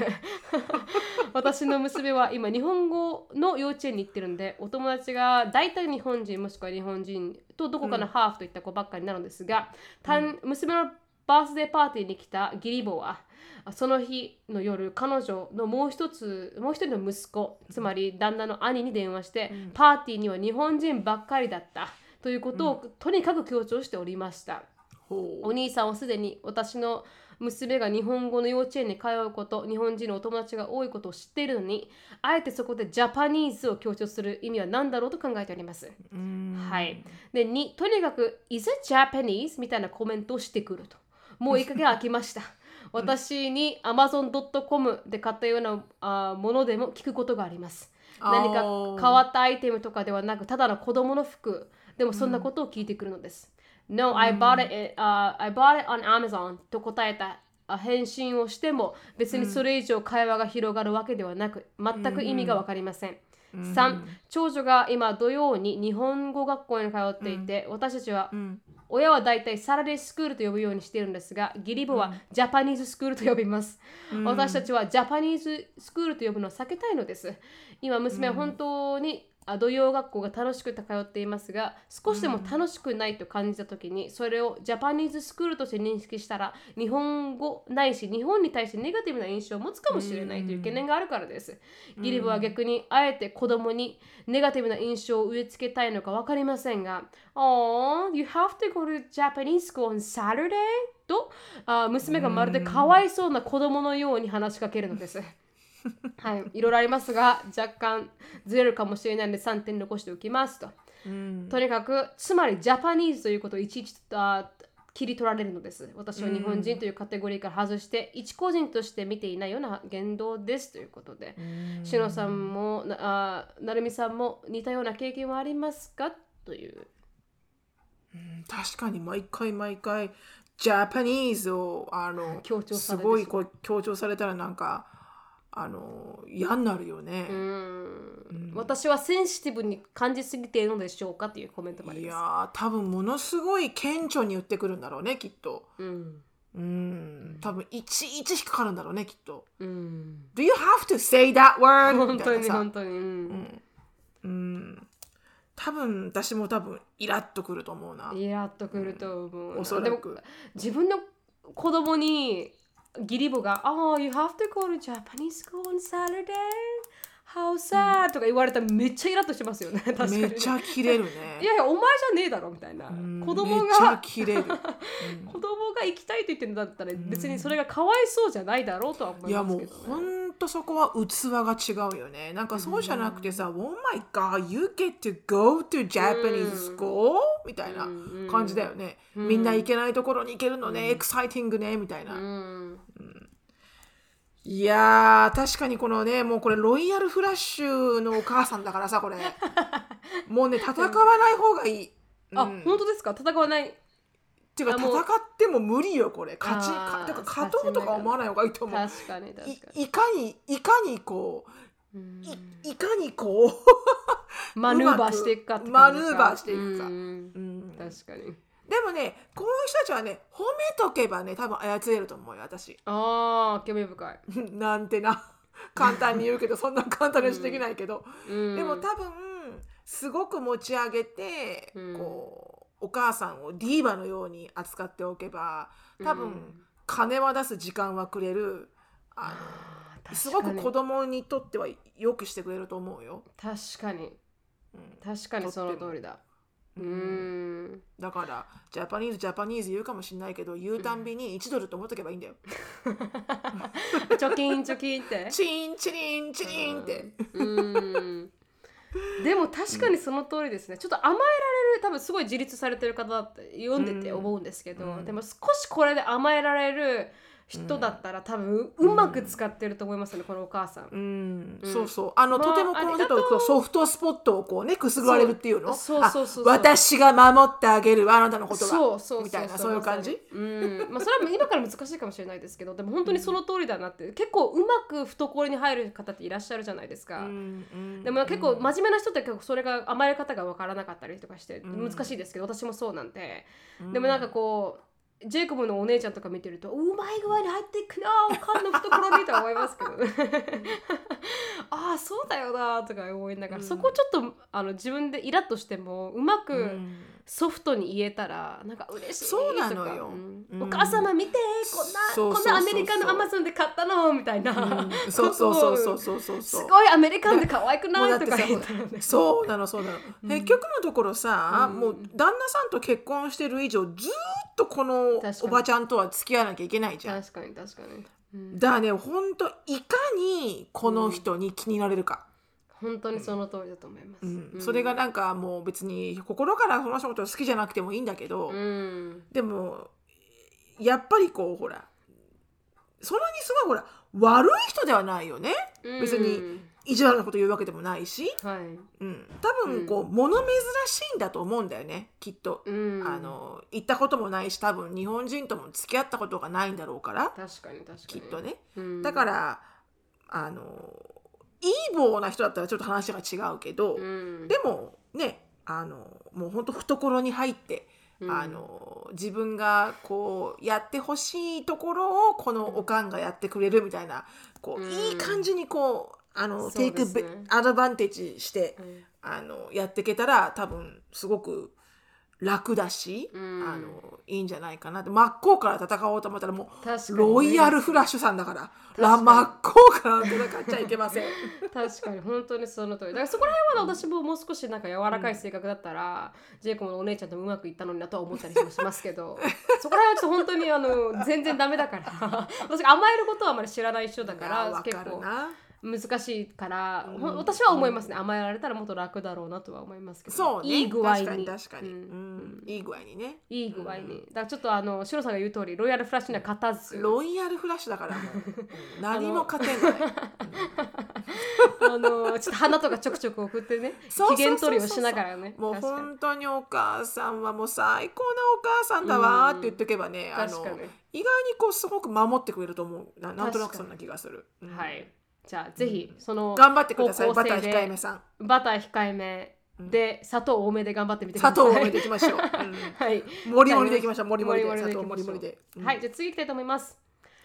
A: 私の娘は今日本語の幼稚園に行ってるんでお友達が大体日本人もしくは日本人とどこかのハーフといった子ばっかりなのですが、たん娘のバースデーパーティーに来た義理母はあその日の夜彼女のもう一つもう一人の息子つまり旦那の兄に電話して、
B: うん
A: パーティーには日本人ばっかりだったということを、とにかく強調しておりました。
B: ほ
A: お兄さんはすでに私の娘が日本語の幼稚園に通うこと日本人のお友達が多いことを知っているのにあえてそこでジャパニーズを強調する意味は何だろうと考えております。
B: ううん
A: はいで2とにかく「Is it Japanese?」みたいなコメントをしてくるともういい加減飽きました私に Amazon.com で買ったようなあーものでも聞くことがあります何か
B: あー
A: 変わったアイテムとかではなくただの子供の服でもそんなことを聞いてくるのです、No, I bought it,、I bought it on Amazon と答えたあ返信をしても別にそれ以上会話が広がるわけではなく全く意味がわかりません、
B: うん
A: 3長女が今土曜に日本語学校に通っていて、私たちは
B: うん
A: 親はだいたいサラリースクールと呼ぶようにしているんですが義理母はジャパニーズスクールと呼びます、
B: うん
A: 私たちはジャパニーズスクールと呼ぶのは避けたいのです今娘は本当にあ土曜学校が楽しくて通っていますが少しでも楽しくないと感じた時にそれをジャパニーズスクールとして認識したら日本語ないし日本に対してネガティブな印象を持つかもしれないという懸念があるからですギリブは逆にあえて子供にネガティブな印象を植え付けたいのか分かりませんが「Oh, you have to go to Japanese school on Saturday?」とあ娘がまるでかわいそうな子供のように話しかけるのです。はい、いろいろありますが若干ずれるかもしれないので3点残しておきますと。
B: うん
A: とにかくつまりジャパニーズということをいちいちあ切り取られるのです私は日本人というカテゴリーから外して、一個人として見ていないような言動ですということで、
B: うん
A: しのさんもなあなるみさんも似たような経験はありますかという
B: 確かに毎回毎回ジャパニーズをあの
A: 強調さ
B: す
A: れて
B: ごいこう強調されたらなんかあの嫌になるよね
A: う、ん、
B: うん
A: 私はセンシティブに感じすぎているのでしょうかというコメントもあり
B: いや
A: ま
B: ー多分ものすごい顕著に言ってくるんだろうねきっと
A: す。うん
B: うん多分いちいち引っかかるんだろうねきっと
A: うん
B: Do you have to say that word?
A: 本当
B: みたいな
A: に
B: さ
A: 本当に、うん
B: うん多分私も多分イラッとくると思うな
A: イラっとくると思うな、
B: おそ
A: で
B: ら
A: も
B: く
A: 自分の子供に義理母が「Oh, you have to go to Japanese school on Saturday? How sad?、とか言われたらめっちゃイラッとしますよね確かに
B: めっちゃ切れる
A: い
B: ね
A: やいやお前じゃねえだろみたいな
B: うん
A: 子供
B: めっちゃ
A: が
B: 切 れる、
A: 子供が行きたいと言ってんだったら別にそれがかわいそうじゃないだろうとは
B: う
A: 思
B: ん
A: い
B: いや
A: ま
B: も
A: すけ
B: う
A: ど、ね、
B: ほんとそこは器が違うよねなんかそうじゃなくてさ「Oh my god you get to go to Japanese school?、みたいな感じだよね、みんな行けないところに行けるのね、エクサイティングねみたいな、
A: うん
B: いやー確かにこのねもうこれロイヤルフラッシュのお母さんだからさ これもうね戦わない方がいい、うん、
A: あ、本当ですか戦わない
B: ていうか
A: あ
B: 戦
A: もう
B: っても無理よこれ勝ち
A: あー
B: かだから勝とうとか思わない方がいいと思う
A: 確かに確か
B: いいかにいかにこ
A: に、
B: ういいかにこ
A: マヌーバーしていくかって
B: マ
A: 感
B: ヌ
A: じですか
B: ーバーしていくか
A: うん
B: う、うん、で
A: 確かに
B: もねこういう人たちはね褒めとけばね多分操れると思うよ私
A: ああ興味深い、
B: なんてな簡単に言うけどそんな簡単にはできないけど、
A: うん、
B: でも多分すごく持ち上げて、
A: うん
B: こうお母さんをディーバのように扱っておけば多分、
A: うん
B: 金は出す時間はくれるあ
A: あー
B: のすごく子
A: 確かに
B: 供にとってはよくしてくれると思うよ。
A: 確かに
B: うん
A: 確かにその通りだうーん
B: だからジャパニーズジャパニーズ言うかもしれないけど言うたんびに1ドルと思っとけばいいんだよ。
A: 貯金貯金って
B: チリンチリンチリンって。
A: うんでも確かにその通りですねちょっと甘えられる多分すごい自立されてる方だって読んでて
B: うん
A: 思うんですけど、
B: うん
A: でも少しこれで甘えられる人だったら多分うまく使ってると思いますねこのお母さん。
B: うん
A: うん
B: そうそうあの、
A: まあ
B: とてもこの
A: あ
B: 人
A: りがと
B: とソフトスポットをこうねくすぐられるっていうの
A: そうそうそうそう
B: あ私が守ってあげるわあなたのことは
A: そうそうそう
B: みたいなそういう感じ
A: まさにうんまあそれは今から難しいかもしれないですけどでも本当にその通りだなって結構うまく懐に入る方っていらっしゃるじゃないですか、
B: うんうん
A: でも結構
B: うん
A: 真面目な人って結構それが甘え方が分からなかったりとかして
B: うん
A: 難しいですけど、私もそうなんで、でもなんかこうジェイコブのお姉ちゃんとか見てるとうまい具合に入っていくなおかんの懐にとは思いますけどね ああそうだよなとか思いながら、
B: うん
A: そこちょっとあの自分でイラッとしてもうまく、
B: うん
A: ソフトに言えたらなんか嬉しいとか
B: そうなのよ
A: ん
B: うん
A: お母様見てこんな
B: そう
A: こ
B: そうそうそう
A: んなアメリカのアマゾンで買ったのみたいな、
B: うんそうそうそうそうそうそ う
A: す
B: そう
A: ごいアメリカンで可愛くな
B: もうだっ
A: いと
B: て
A: か
B: さ
A: 言ったらね
B: そうなのそうなの、
A: うん
B: 結局のところさ、
A: うん
B: もう旦那さんと結婚してる以上ずーっとこ
A: 確
B: の
A: か
B: お
A: に
B: ばちゃんとは付き合わなきゃいけないじゃ ん
A: 確かに確かに、うん
B: だからねほんといかにこの人に気になれるか、
A: 本当にその通りだと思います、
B: うん
A: うん
B: それがなんかもう別に心からその人のこと好きじゃなくてもいいんだけど、
A: うん
B: でもやっぱりこうほらそんなにすごいほら悪い人ではないよね別に
A: うん
B: 意地悪なこと言うわけでもないし、
A: はい、
B: うん、多分こう、物珍しいんだと思うんだよねきっと、
A: うん、
B: あの行ったこともないし多分日本人とも付き合ったことがないんだろうから
A: 確かに確かに
B: きっと、ね、
A: うん
B: だからあのいい棒な人だったらちょっと話が違うけど、
A: うん
B: でもねあのもう本当懐に入って、
A: うん
B: あの自分がこうやってほしいところをこのおかんがやってくれるみたいなこう、
A: うん
B: いい感じにこうあの
A: そ
B: テイ
A: うで
B: ク
A: すね
B: ベアドバンテージして
A: うん
B: あのやっていけたら多分すごく楽だし、
A: うん
B: あのいいんじゃないかなって真っ向から戦おうと思ったらも
A: 確か
B: う
A: にね
B: ロイヤルフラッシュさんだから
A: 確か
B: ら
A: に
B: 真っ向から戦っちゃいけません。
A: 確かに本当にその通りだからそこら辺はね私ももう少しなんか柔らかい性格だったら、ジェイコブのお姉ちゃんともうまくいったのになとは思ったりもしますけどそこら辺はちょっと本当にあの全然ダメだから私甘えることはあまり知らない人 だか
B: いや
A: ら
B: わ
A: 結
B: かる
A: 構
B: な
A: 難しいから、ほん
B: うん
A: 私は思いますね甘えられたらもっと楽だろうなとは思いますけど、
B: そうね。
A: いい具合に
B: 確かに確かに。
A: う
B: うんんいい具合にね。
A: いい具合に、だからちょっとあのシロさんが言う通りロイヤルフラッシュには勝たず
B: ロイヤルフラッシュだからもう何も勝て ない。
A: あのちょっと花とかちょくちょく送ってね
B: そう
A: 機
B: そうそうそう
A: 嫌取りをしながらね
B: もう
A: 確かに
B: 本当にお母さんはもう最高なお母さんだわーって言っとけばね、あ
A: 確
B: の
A: か
B: 意
A: に
B: 外にこうすごく守ってくれると思うななんとなくそんな気がする、うん
A: はい。じゃあ、ぜひ、その、
B: 頑張ってください
A: 方向
B: バ
A: 性
B: ター
A: で
B: 控えめさん
A: バター控えめで、砂糖多めで頑張ってみてくだ
B: 砂
A: さい。
B: 糖を入れていきま しょう、
A: はい。
B: うん、もりもりでいきましょうもりもりで
A: もりも
B: 砂
A: りで
B: 糖もりもりで、うん
A: はい、じゃあ次行きたいと思います。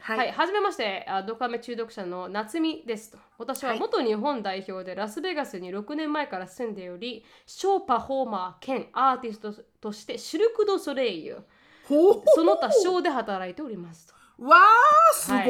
B: はい、
A: はい、はじめまして、あドカメ中毒者の夏美ですと。私は元日本代表でラスベガスに6年前から住んでおり、ショーパフォーマー兼アーティストとしてシルク・ド・ソレイユ、
B: ほう
A: その他ショーで働いておりますと。
B: わあすごい、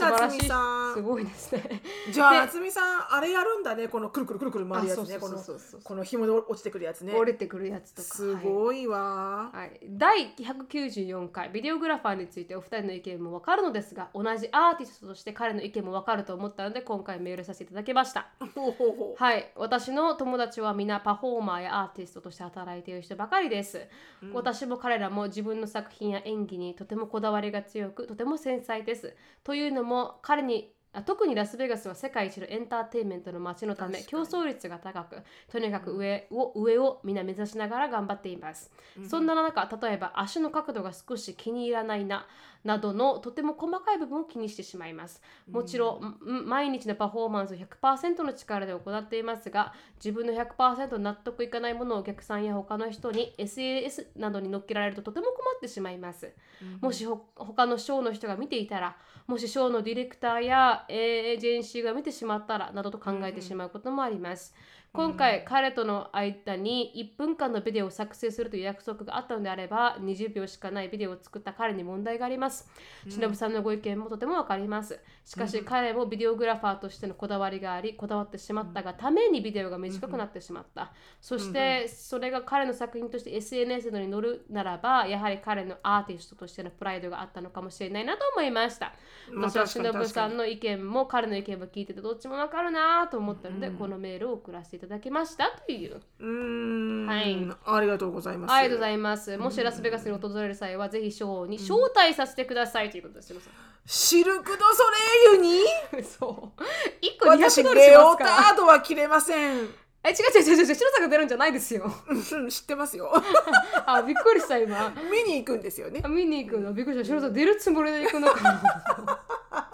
A: は
B: 夏美さん
A: すごいです ね。
B: じゃ
A: で
B: あ夏美さんあれやるんだねこのくるくるくるくる回るやつね
A: あそ
B: こ
A: うそう
B: の
A: そうそう
B: この紐で落ちてくるやつね
A: 折れてくるやつとか。
B: す
A: はい
B: ごいわ、
A: はい、第194回ビデオグラファーについてお二人の意見もわかるのですが同じアーティストとして彼の意見もわかると思ったので今回メールさせていただきました
B: ほうほうほう
A: はい私の友達は皆パフォーマーやアーティストとして働いている人ばかりです、
B: うん
A: 私も彼らも自分の作品や演技にとてもこだわりが強くとても繊細ですというのも彼にあ特にラスベガスは世界一のエンターテインメントの街のため
B: 確か
A: 競
B: に
A: 争率が高くとにかく上を上を皆目指しながら頑張っています
B: う
A: そんな中例えば足の角度が少し気に入らないななどのとても細かい部分を気にしてしまいますもちろん、ん毎日のパフォーマンスを100%の力で行っていますが自分の100%納得いかないものをお客さんや他の人に SNS などに乗っけられるととても困ってしまいます
B: うん
A: もしほ他のショーの人が見ていたらもしショーのディレクターやえーエージェンシーが見てしまったらなどと考えてしまうこともあります。
B: うん
A: 今回彼との間に1分間のビデオを作成するという約束があったのであれば20秒しかないビデオを作った彼に問題があります。
B: うん
A: しのぶさんのご意見もとてもわかります。しか
B: う
A: し
B: ん
A: 彼もビデオグラファーとしてのこだわりがありこだわってしまったがためにビデオが短くなってしまった。そしてそれが彼の作品として SNS などに載るならばやはり彼のアーティストとしてのプライドがあったのかもしれないなと思いました。
B: まあ
A: 私は
B: 確
A: し
B: かに
A: のぶさん
B: 確か
A: の意見も彼の意見も聞いててどっちもわかるなと思ったので、
B: うん
A: このメールを送らせていいただけましたという
B: うーん、
A: はい
B: ありがとうございます。
A: ありがとうございますもしラスベガスに訪れる際はぜひショーに招待させてくださいということですよ、
B: シルク・ド・ソレイユに
A: そう1個
B: 私
A: 200ドル
B: レ
A: しま
B: オ
A: すか
B: タ
A: ら
B: ードは着れません。
A: え違う違う違う違う白さんが出るんじゃないですよ
B: うん知ってま すよ。
A: あびっくりした今
B: 見に行くんですよね
A: あ。見に行くのびっくりした白さん出るつもりで行くのか な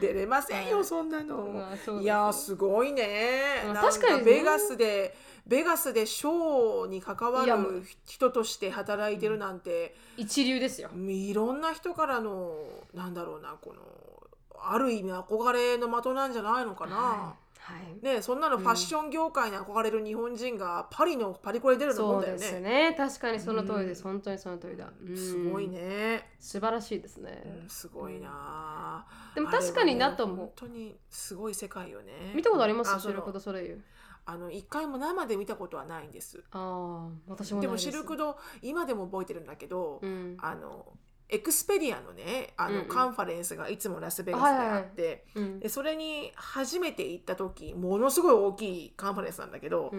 B: 出れませんよ、
A: はい
B: そんなの。
A: まあそうですね
B: いやーすごいね。
A: まあ
B: なん
A: 確かにね
B: ベガスでベガスでショーに関わ
A: いやもう
B: る人として働いてるなんて、
A: 一流ですよ
B: いろんな人からのなんだろうなこのある意味憧れの的なんじゃないのかな
A: は。い
B: ねそんなのファッション業界に憧れる日本人がパリのパリコレ出るのも
A: そ
B: ん
A: う
B: だよ
A: です
B: ね。
A: ね確かにその通りです、本当にその通りだ、うん
B: すごいね。
A: 素晴らしいですね、
B: うんすごいな。
A: でも確かになと
B: あれは
A: も
B: ね本当にすごい世界よね。
A: 見たことあります
B: そ
A: シ
B: の
A: ルク・ド・ソレイユ
B: あの一回も生で見たことはないんです。
A: ああ私も
B: で
A: ない
B: も
A: です
B: シルクド今でも覚えてるんだけど、
A: うん
B: あのエクスペディアのねあ
A: うんう
B: の
A: ん
B: カンファレンスがいつもラスベガスであって、
A: うん
B: でそれに初めて行った時ものすごい大きいカンファレンスなんだけど、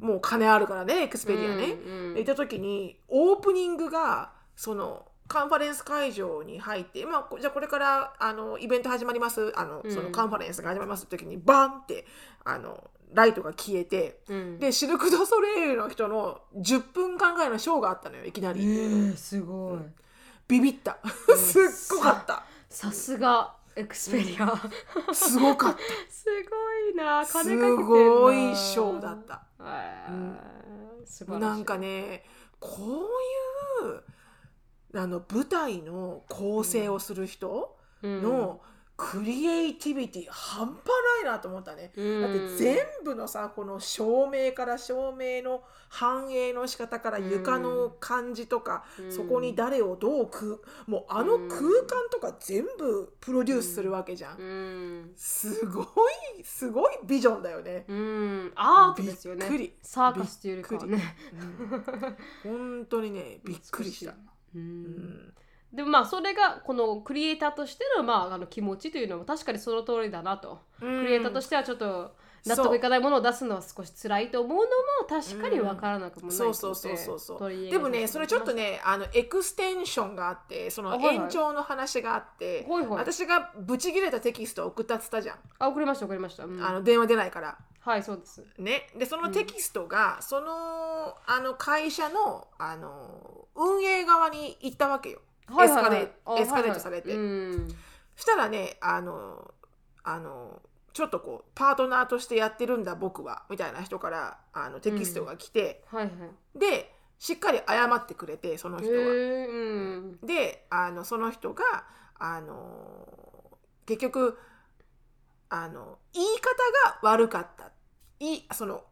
B: もう金あるからねエクスペディアね。
A: うん
B: で行った時にオープニングがそのカンファレンス会場に入って、まあこ、じゃあこれからあのイベント始まりますあの、
A: うん
B: そのカンファレンスが始まりますって時にバンってあのライトが消えて。
A: うん
B: でシルク・ドゥ・ソレイユの人の10分間ぐらいのショーがあったのよいきな
A: え
B: り、
A: ー、すごい
B: ビビった
A: ん
B: すっごか った
A: さすがエクスペリア
B: すごかっ
A: すごいな
B: た
A: 金かけて
B: す
A: んな
B: ごいショーだった
A: あー素晴らしい
B: なんかねこういうあの舞台の構成をする人のクリエイティビティ半端ないなと思ったね
A: うん
B: だって全部のさこの照明から照明の反映の仕方から床の感じとか、
A: うん
B: そこに誰をどうくもうあの空間とか全部プロデュースするわけじゃん、
A: うん
B: すごいすごいビジョンだよね、
A: うんアートですよね
B: びっくり
A: サーカスというよりかはね
B: 本当にねびっく りした、
A: う
B: うんん
A: でもまあそれがこのクリエイターとしてのまああの気持ちというのも確かにその通りだなと、クリエイターと
B: し
A: し
B: て
A: てはちょっと
B: そ
A: 納
B: う
A: 得いかないものを出すのは少し辛いと思うのも確かにわからなくもない
B: そうそうそうそうそう
A: 取り入れ
B: で
A: が
B: もねそれちょっとねあのエクステンションがあってそ
A: あ
B: の
A: はいはい
B: 延長の話があって、
A: ほいほい
B: 私がブチ切れたテキストを送ったって言ったじゃん、
A: あ送りました送りました、うん
B: あの電話出ないから
A: はいそうです
B: ね、でそのテキストが、そのあの会社のあの運営側に行ったわけよ。
A: はいはいはい
B: エスカレエスカレートされて
A: あはいはいうん
B: したらねあのあのちょっとこうパートナーとしてやってるんだ僕はみたいな人からあのテキストが来て、
A: はいはい
B: でしっかり謝ってくれてその
A: へ
B: 人は。
A: えうん
B: であのその人があの結局あの言い方が悪かったいそのあ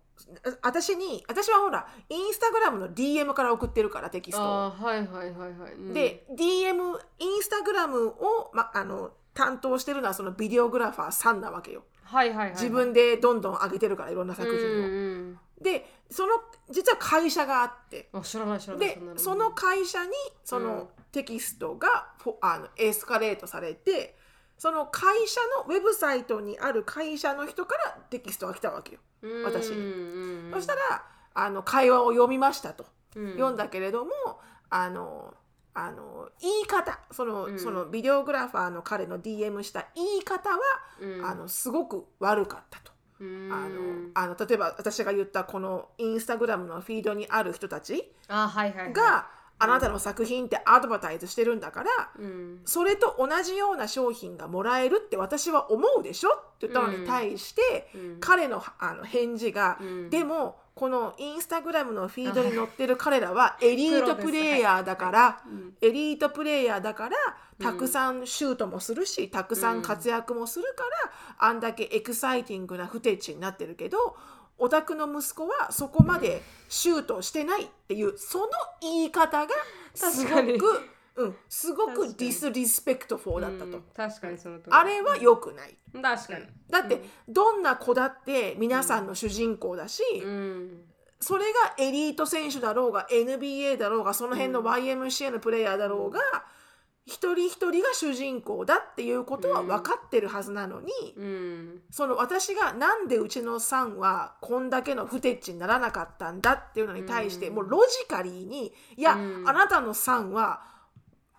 B: 私に私はほらインスタグラムの DM から送ってるからテキストを
A: あーはいはいはいはい、うん、
B: で DM インスタグラムを、ま、あの担当してるのはそのビデオグラファーさんなわけよ
A: はいはいはいはい
B: 自分でどんどん上げてるからいろんな作
A: うん
B: 品を。
A: うん
B: でその実は会社があって
A: あ知らない知らない
B: で
A: んな
B: その会社にそのテキストがフォあのエスカレートされてその会社のウェブサイトにある会社の人からテキストが来たわけよ。
A: うん
B: 私
A: うんうん
B: そしたらあの会話を読みましたと、
A: うん
B: 読んだけれどもあのあの言い方その,、
A: うん
B: そのビデオグラファーの彼の DM した言い方は、
A: うん
B: あのすごく悪かったと。
A: うん
B: あのあの例えば私が言ったこのインスタグラムのフィードにある人たち
A: あはいはいはい、
B: があなたの作品ってアドバタイズしてるんだから
A: うん、
B: それと同じような商品がもらえるって私は思うでしょって言ったのに対して、
A: うん
B: 彼のあの返事が、
A: うん
B: でもこのインスタグラムのフィードに載ってる彼らはエリートプレイヤーだから、
A: うん
B: エリートプレイヤーだからたくさんシュートもするし、たくさん活躍もするから、あんだけエキサイティングな不定地になってるけどお宅の息子はそこまでシュートしてないっていうその言い方がす
A: 確
B: ご
A: かに
B: く、うん、すごく
A: 確か
B: ディ
A: に
B: スリスペクトフォーだったと。
A: うん確かにその通り
B: あれは良くない。
A: 確かに
B: だって、どんな子だって皆さんの主人公だし、
A: うん
B: それがエリート選手だろうが NBA だろうがその辺の YMCA のプレイヤーだろうが、一人一人が主人公だっていうことは
A: うん
B: 分かってるはずなのに、
A: うん
B: その私がなんでうちのさんはこんだけの不テッチにならなかったんだっていうのに対して、
A: うん
B: もうロジカリーにいや、
A: うん
B: あなたのさんは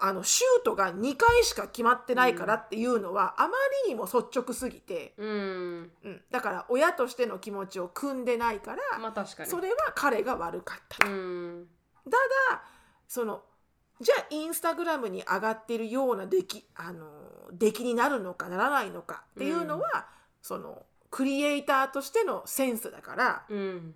B: あのシュートが2回しか決まってないからっていうのは、あまりにも率直すぎて、
A: うん
B: うん、だから親としての気持ちを組んでないから、
A: まあ確かに
B: それは彼が悪かった。
A: うん
B: そのじゃあインスタグラムに上がってるような出来あの出来になるのかならないのかっていうのは、そのクリエイターとしてのセンスだから
A: うん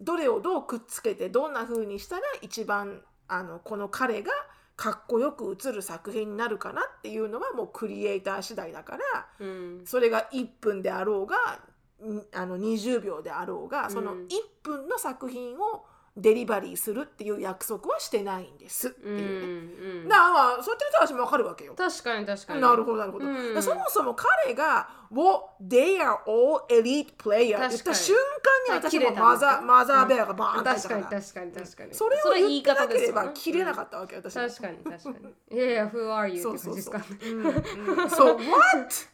B: どれをどうくっつけてどんな風にしたら一番あのこの彼がかっこよく映る作品になるかなっていうのはもうクリエイター次第だから
A: うん
B: それが1分であろうがんあの20秒であろうがその
A: うん
B: 1分の作品をデリバリーするっていう約束はしてないんですって
A: う
B: いうね。
A: ん
B: だからまあそうやってると私もわかるわけよ。
A: 確かに確かに
B: なるほどなるほど。
A: うん
B: だからそもそも彼が「Well, they are all elite player」
A: 確かに
B: 言った瞬間に
A: あ切
B: 私
A: れ
B: も
A: たんだ
B: マザーマザーベアがバーン
A: 確
B: と
A: か
B: 入ったか
A: に
B: ら。
A: 確かに確かに
B: それ
A: 言
B: を言っ
A: い
B: て
A: 方
B: なけ
A: です
B: れ
A: よね
B: ば切れなかったわけよ私も。
A: 確かに確かに。いやいや、Who are you? っ
B: そ
A: て
B: う
A: 感
B: そ
A: じです
B: うそう。
A: かね。
B: うんうん そう、What?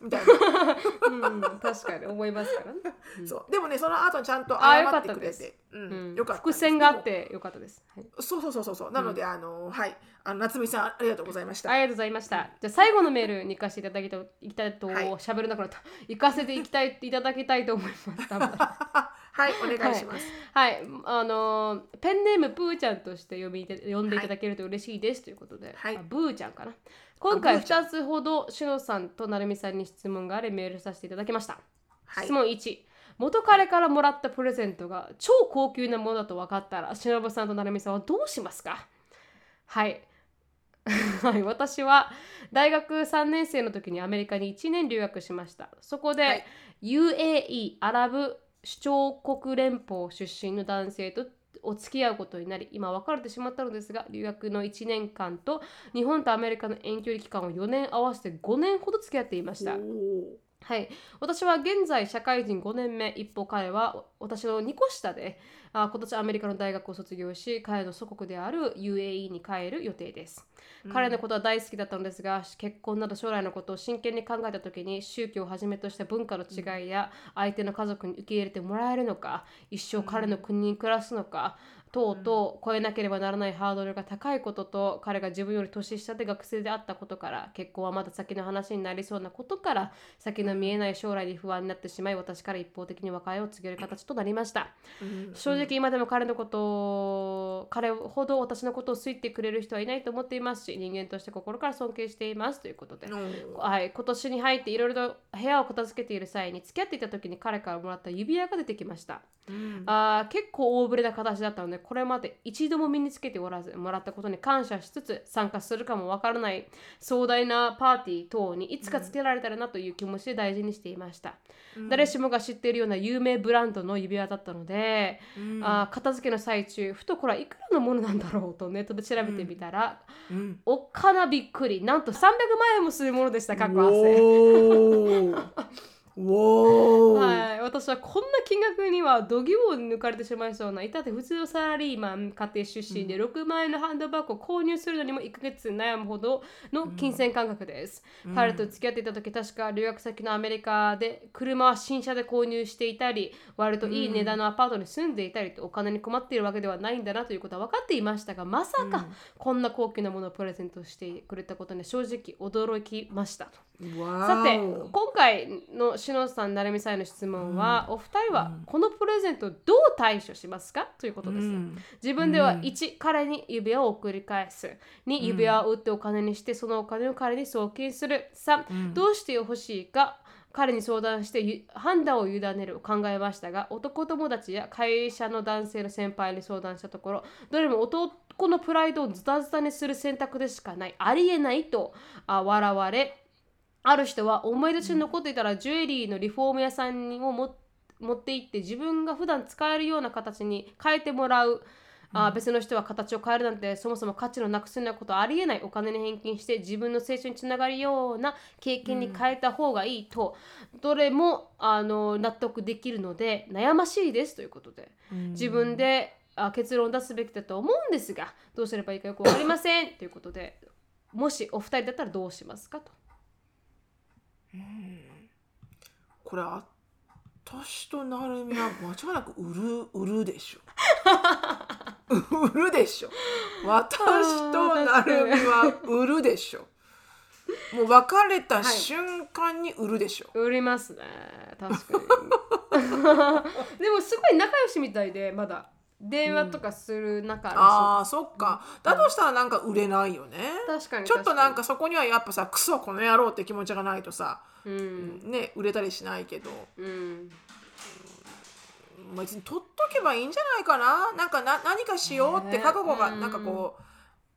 B: みたいな。
A: うん、確かに思いますからね。うん
B: そう。でもね、その後にちゃんと
A: あ
B: 謝
A: よか
B: っ
A: ってた
B: くれ
A: です
B: て、
A: う
B: う
A: んん
B: よかった。
A: 伏線があっ。てよかったです。はい
B: そうそうそうそうそう。なのであのはい、あの夏美さんありがとうございました
A: あ。りがとうございました。じゃあ最後のメールに行かせていただきたいと、行きたいと、
B: はい
A: 喋れなくなった。行かせていきたい、いただきたいと思い ます。多分
B: はい、お願いします。
A: はい、あのーペンネームプーちゃんとして呼びいて呼んでいただけると嬉しいですということで、
B: はい
A: あブーちゃんかな。今回
B: ブーちゃ
A: 2つほどしのさんとなるみさんに質問がありメールさせていただきました。
B: はい
A: 質。問1元彼からもらったプレゼントが超高級なものだと分かったらしのぶさんとなるみさんはどうしますかはい はい私は大学3年生の時にアメリカに1年留学しましたそこで、
B: はい
A: UAE アラブ首長国連邦出身の男性とお付き合うことになり今別れてしまったのですが留学の1年間と日本とアメリカの遠距離期間を4年合わせて5年ほど付き合っていました
B: おー
A: はい、私は現在社会人5年目一方彼はお私の2個下であ今年アメリカの大学を卒業し彼の祖国である UAE に帰る予定です、彼のことは大好きだったのですが結婚など将来のことを真剣に考えた時に宗教をはじめとした文化の違いや相手の家族に受け入れてもらえるのか一生彼の国に暮らすのか等々越えなければならないハードルが高いことと彼が自分より年下で学生であったことから結婚はまだ先の話になりそうなことから先の見えない将来に不安になってしまい私から一方的に和解を告げる形となりました
B: うん
A: 正直今でも彼のことを彼ほど私のことを好いてくれる人はいないと思っていますし人間として心から尊敬していますということで
B: う。ん
A: はい、今年に入っていろいろと部屋を片付けている際に付き合っていた時に彼からもらった指輪が出てきました
B: うん
A: あー結構大ぶれな形だったのでこれまで一度も身につけておらずもらったことに感謝しつつ参加するかもわからない壮大なパーティー等にいつかつけられたらなという気持ちで大事にしていました、誰しもが知っているような有名ブランドの指輪だったので、
B: うん
A: あー片付けの最中ふとこれはいくらのものなんだろうとネットで調べてみたら、
B: うん
A: おっかなびっくりなんと300万円もするものでした過去 発生
B: おーおー
A: はい、私はこんな金額には度肝を抜かれてしまいそうな至って普通のサラリーマン家庭出身で
B: う
A: 6万円のハンドバッグを購入するのにも1ヶ月悩むほどの金銭感覚です、彼と付き合っていた時確か留学先のアメリカで車は新車で購入していたり割といい値段のアパートに住んでいたりとお金に困っているわけではないんだなということは分かっていましたがまさかこんな高級なものをプレゼントしてくれたことに正直驚きましたと。
B: うんわ
A: さて
B: ーお
A: 今回の篠さん成美さんへの質問は、お二人は
B: うん
A: このプレゼントをどう対処しますかということです、
B: うん
A: 自分では
B: うん
A: 1、彼に指輪を送り返す2
B: うん
A: 指輪を売ってお金にしてそのお金を彼に送金する3
B: うん
A: どうしてほしいか彼に相談してゆ判断を委ねるを考えましたが男友達や会社の男性の先輩に相談したところどれも男のプライドをズタズタにする選択でしかないありえないとあ笑われある人は思い出しに残っていたらジュエリーのリフォーム屋さんにをも持って行って自分が普段使えるような形に変えてもらう。あー別の人は形を変えるなんてそもそも価値のなくすようなことはありえないお金に返金して自分の青春につながるような経験に変えた方がいいと、どれもあの納得できるので悩ましいですということで
B: うん
A: 自分であ結論を出すべきだと思うんですがどうすればいいかよく分かりませんということでもしお二人だったらどうしますかと。
B: うんこれ私となるみは間違いなく売る売るでしょ 売るでしょ私となるみは売るでしょもう別れた瞬間に売るでしょ、
A: 売りますね確 かにでもすごい仲良しみたいでまだ電話とかする仲
B: あ
A: ら
B: あそっかだとしたらなんか売れないよね、
A: しい、確かに
B: ちょっとなん
A: か
B: かそこにはやっぱさクソこの野郎って気持ちがないとさ、
A: うん、
B: ね売れたりしないけど
A: うん、
B: まあ別に取っとけばいいんじゃないかななんかな何かしようって覚悟が
A: ねうん
B: なんかこう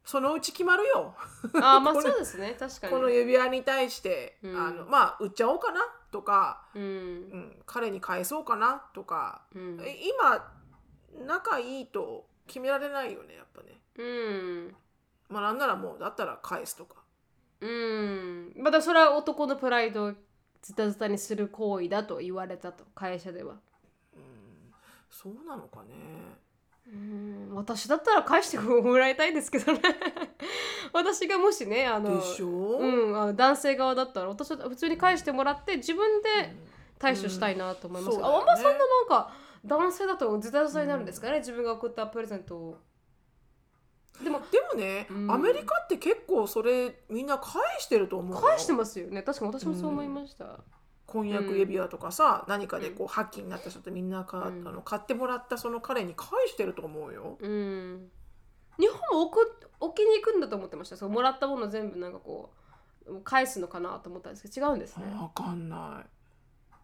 B: そのうち決まるよ
A: あーまあそうですね確かに
B: この指輪に対して、
A: うん
B: あのまあ売っちゃおうかなとか、
A: うん
B: うん、彼に返そうかなとか、
A: うん
B: え今仲いいと決められないよねやっぱね
A: うん
B: まあなんならもうだったら返すとか
A: うんまたそれは男のプライドをズタズタにする行為だと言われたと会社では
B: うんそうなのかね
A: うん私だったら返してもらいたいですけどね 私がもしねあの
B: でしょ、
A: うん、あの男性側だったら私は普通に返してもらって自分
B: う
A: で
B: ん
A: 対処したいなと思います、
B: う
A: あ
B: んそうだよ
A: あ
B: ね
A: んまそんななんか男性だとズタズタになるんですかね、自分が送ったプレゼントをでも
B: でもね、
A: うん
B: アメリカって結構それみんな返してると思うよ
A: 返してますよね確かに私もそう思いました、
B: 婚約指輪とかさ、何かでこうハッキーになった人ってみんなか、
A: うん
B: あの買ってもらったその彼に返してると思うよ。
A: うん、日本も置く置きに行くんだと思ってましたそうもらったもの全部なんかこう返すのかなと思ったんですけど違うんですね
B: わかんない。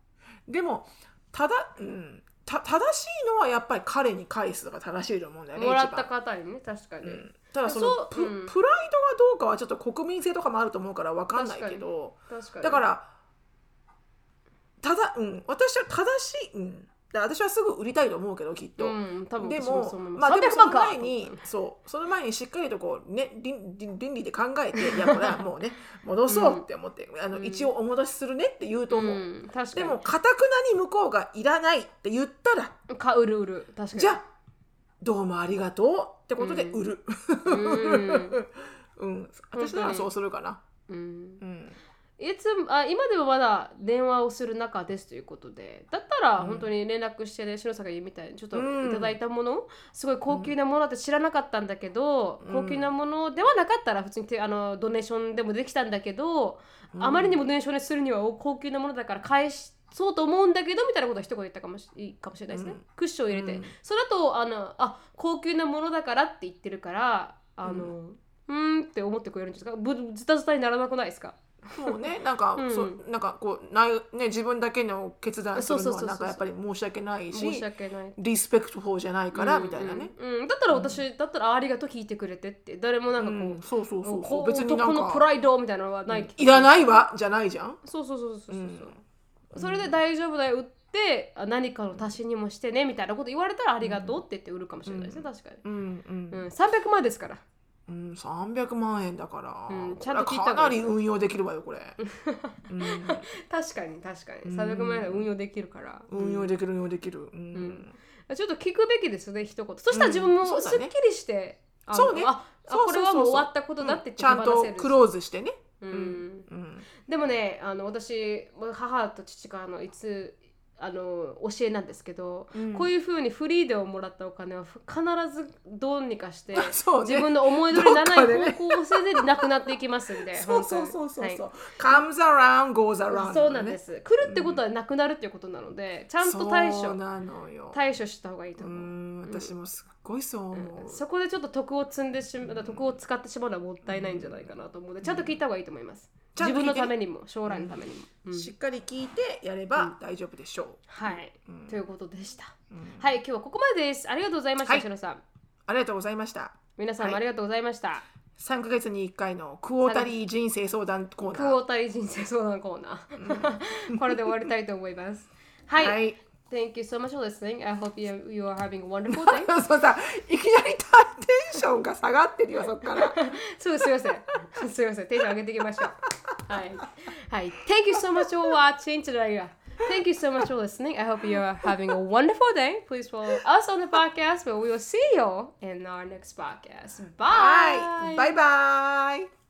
B: でもただ、うん、た正しいのはやっぱり彼に返すのが正しいと思うんだよね。
A: もらっ
B: 一
A: た
B: 番
A: 方にね確かに、
B: うん、ただその
A: そう
B: プ,、
A: うん
B: プライドがどうかはちょっと国民性とかもあると思うからわかんないけど。
A: 確かに
B: だから、ただ、うん、私は正しい、うん、だから私はすぐ売りたいと思うけど、きっと。
A: うん多分
B: で
A: 私も
B: も
A: そう思い、
B: ま
A: ます、
B: あ、で
A: 300
B: もその
A: 万か
B: 前に、そう、その前にしっかりとこう、ね、倫倫倫理で考えて、いや、こ れはもうね、戻そうって思って、あの、
A: うん
B: 一応お戻しするねって言うと思う。
A: ん、確か
B: で
A: に
B: も、かたくなに向こうがいらないって言ったら、
A: かうるうる確かに
B: じゃあ、どうもありがとうってことで売る。
A: うん
B: うん、私ならそうするかな。
A: うん
B: うん。
A: いつもあ今でもまだ電話をする中ですということでだったら
B: うん
A: 本当に連絡してね、白坂ゆみたいにちょっと
B: うん
A: いただいたもの、すごい高級なものだって知らなかったんだけど、
B: うん
A: 高級なものではなかったら普通にてあのドネーションでもできたんだけど、あまりにもドネーションにするにはお高級なものだから返しそうと思うんだけどみたいなことは一言言ったかもしいいかもしれないですね、
B: うん
A: クッションを入れて、
B: うん
A: それだとあのあ高級なものだからって言ってるからあの、うーんって思ってくれるんですかぶズタズタにならなくないですか
B: そうね、なんか、
A: うん
B: そうなんかこうないね自分だけの決断する
A: そうそ
B: の
A: うそうそう
B: はなんかやっぱり申し訳ないし、
A: 申し訳ない
B: リスペクトフォーじゃないから、
A: うん
B: みたいなね。
A: うんうんだったら私、だったらありがとう聞いてくれてって誰もな
B: うん
A: かこう,、
B: ん、そうそうそう
A: こ
B: そうう別になん
A: 男のプ
B: か
A: ライドみたいなのはない、
B: いらないわじゃないじゃん。
A: そうそうそうそうそう、
B: うん
A: それで大丈夫だよ売ってあ何かの足しにもしてねみたいなこと言われたらありがとうって言って売るかもしれないですね、確かに、
B: うん
A: う、
B: うんん
A: 300万ですから
B: うん、300万円だから、
A: うんちゃんと聞いた
B: これ
A: 方
B: はかな
A: がいいで
B: り
A: すね
B: 運用できるわ よこれ、うん
A: 確かに確かに
B: うん
A: 300万円は運用できるから、
B: 運用できる運用できる、うん
A: んちょっと聞くべきですね一言そしたら自分
B: うんそ
A: も
B: うだ
A: すっ
B: ね
A: きりして、あの
B: そうね
A: ああ
B: そう
A: こ
B: そ
A: れ
B: うそうそ
A: はも
B: う
A: う終わったことだって
B: うんちゃん
A: 手放
B: と
A: せるし
B: クローズしてね、
A: うん
B: うん
A: でもねあの私母と父からのいつあの教えなんですけど、
B: うん
A: こういうふうにフリーでもらったお金はふ必ずどうにかして
B: そうね
A: 自分の思い通りになら
B: どっ
A: な
B: かで
A: い
B: ね
A: 方向性でなくなっていきますんで
B: そうそうそうそう
A: 本当に
B: そう、comes around goes
A: は
B: around
A: いそうなんで
B: ね
A: す、来るってことはなくなるっていうことなので、ちゃんと対
B: そう
A: 処
B: なのよ
A: 対処した方がいいと
B: う
A: 思う、
B: ん私もすっごいそう思う、
A: そこでちょっと徳を積んでしまう徳を使ってしまうのはもったいないんじゃないかなと思うのでちゃんと聞いた方がいいと思います、
B: ちゃん
A: 自
B: と
A: 分
B: 聞いて
A: のためにも将来のためにも、うん
B: しっかり聞いてやれば大丈夫でしょう、
A: はい、
B: うん
A: ということでした、
B: うん
A: はい今日はここまでですありがとうございました、
B: はい
A: しのさん
B: ありがとうございました
A: 皆さんも
B: は
A: あ
B: い
A: りがとうございました、
B: 3ヶ月に1回のクォータリー人生相談コー
A: クォ
B: ナー
A: ータリー人生相談コーナー、これで終わりたいと思い ますはい、
B: はい
A: Thank you so much for listening I hope you, you are having a wonderful day
B: そうさいきなりテンションが下がってるよそっ から
A: そうすいませんすいませんテンション上げていきましょうはいはい Thank you so much for watching today Thank you so much for listening. I hope you are having a wonderful day. Please follow us on the podcast, but we will see you in our next podcast. Bye.
B: はいバイバイ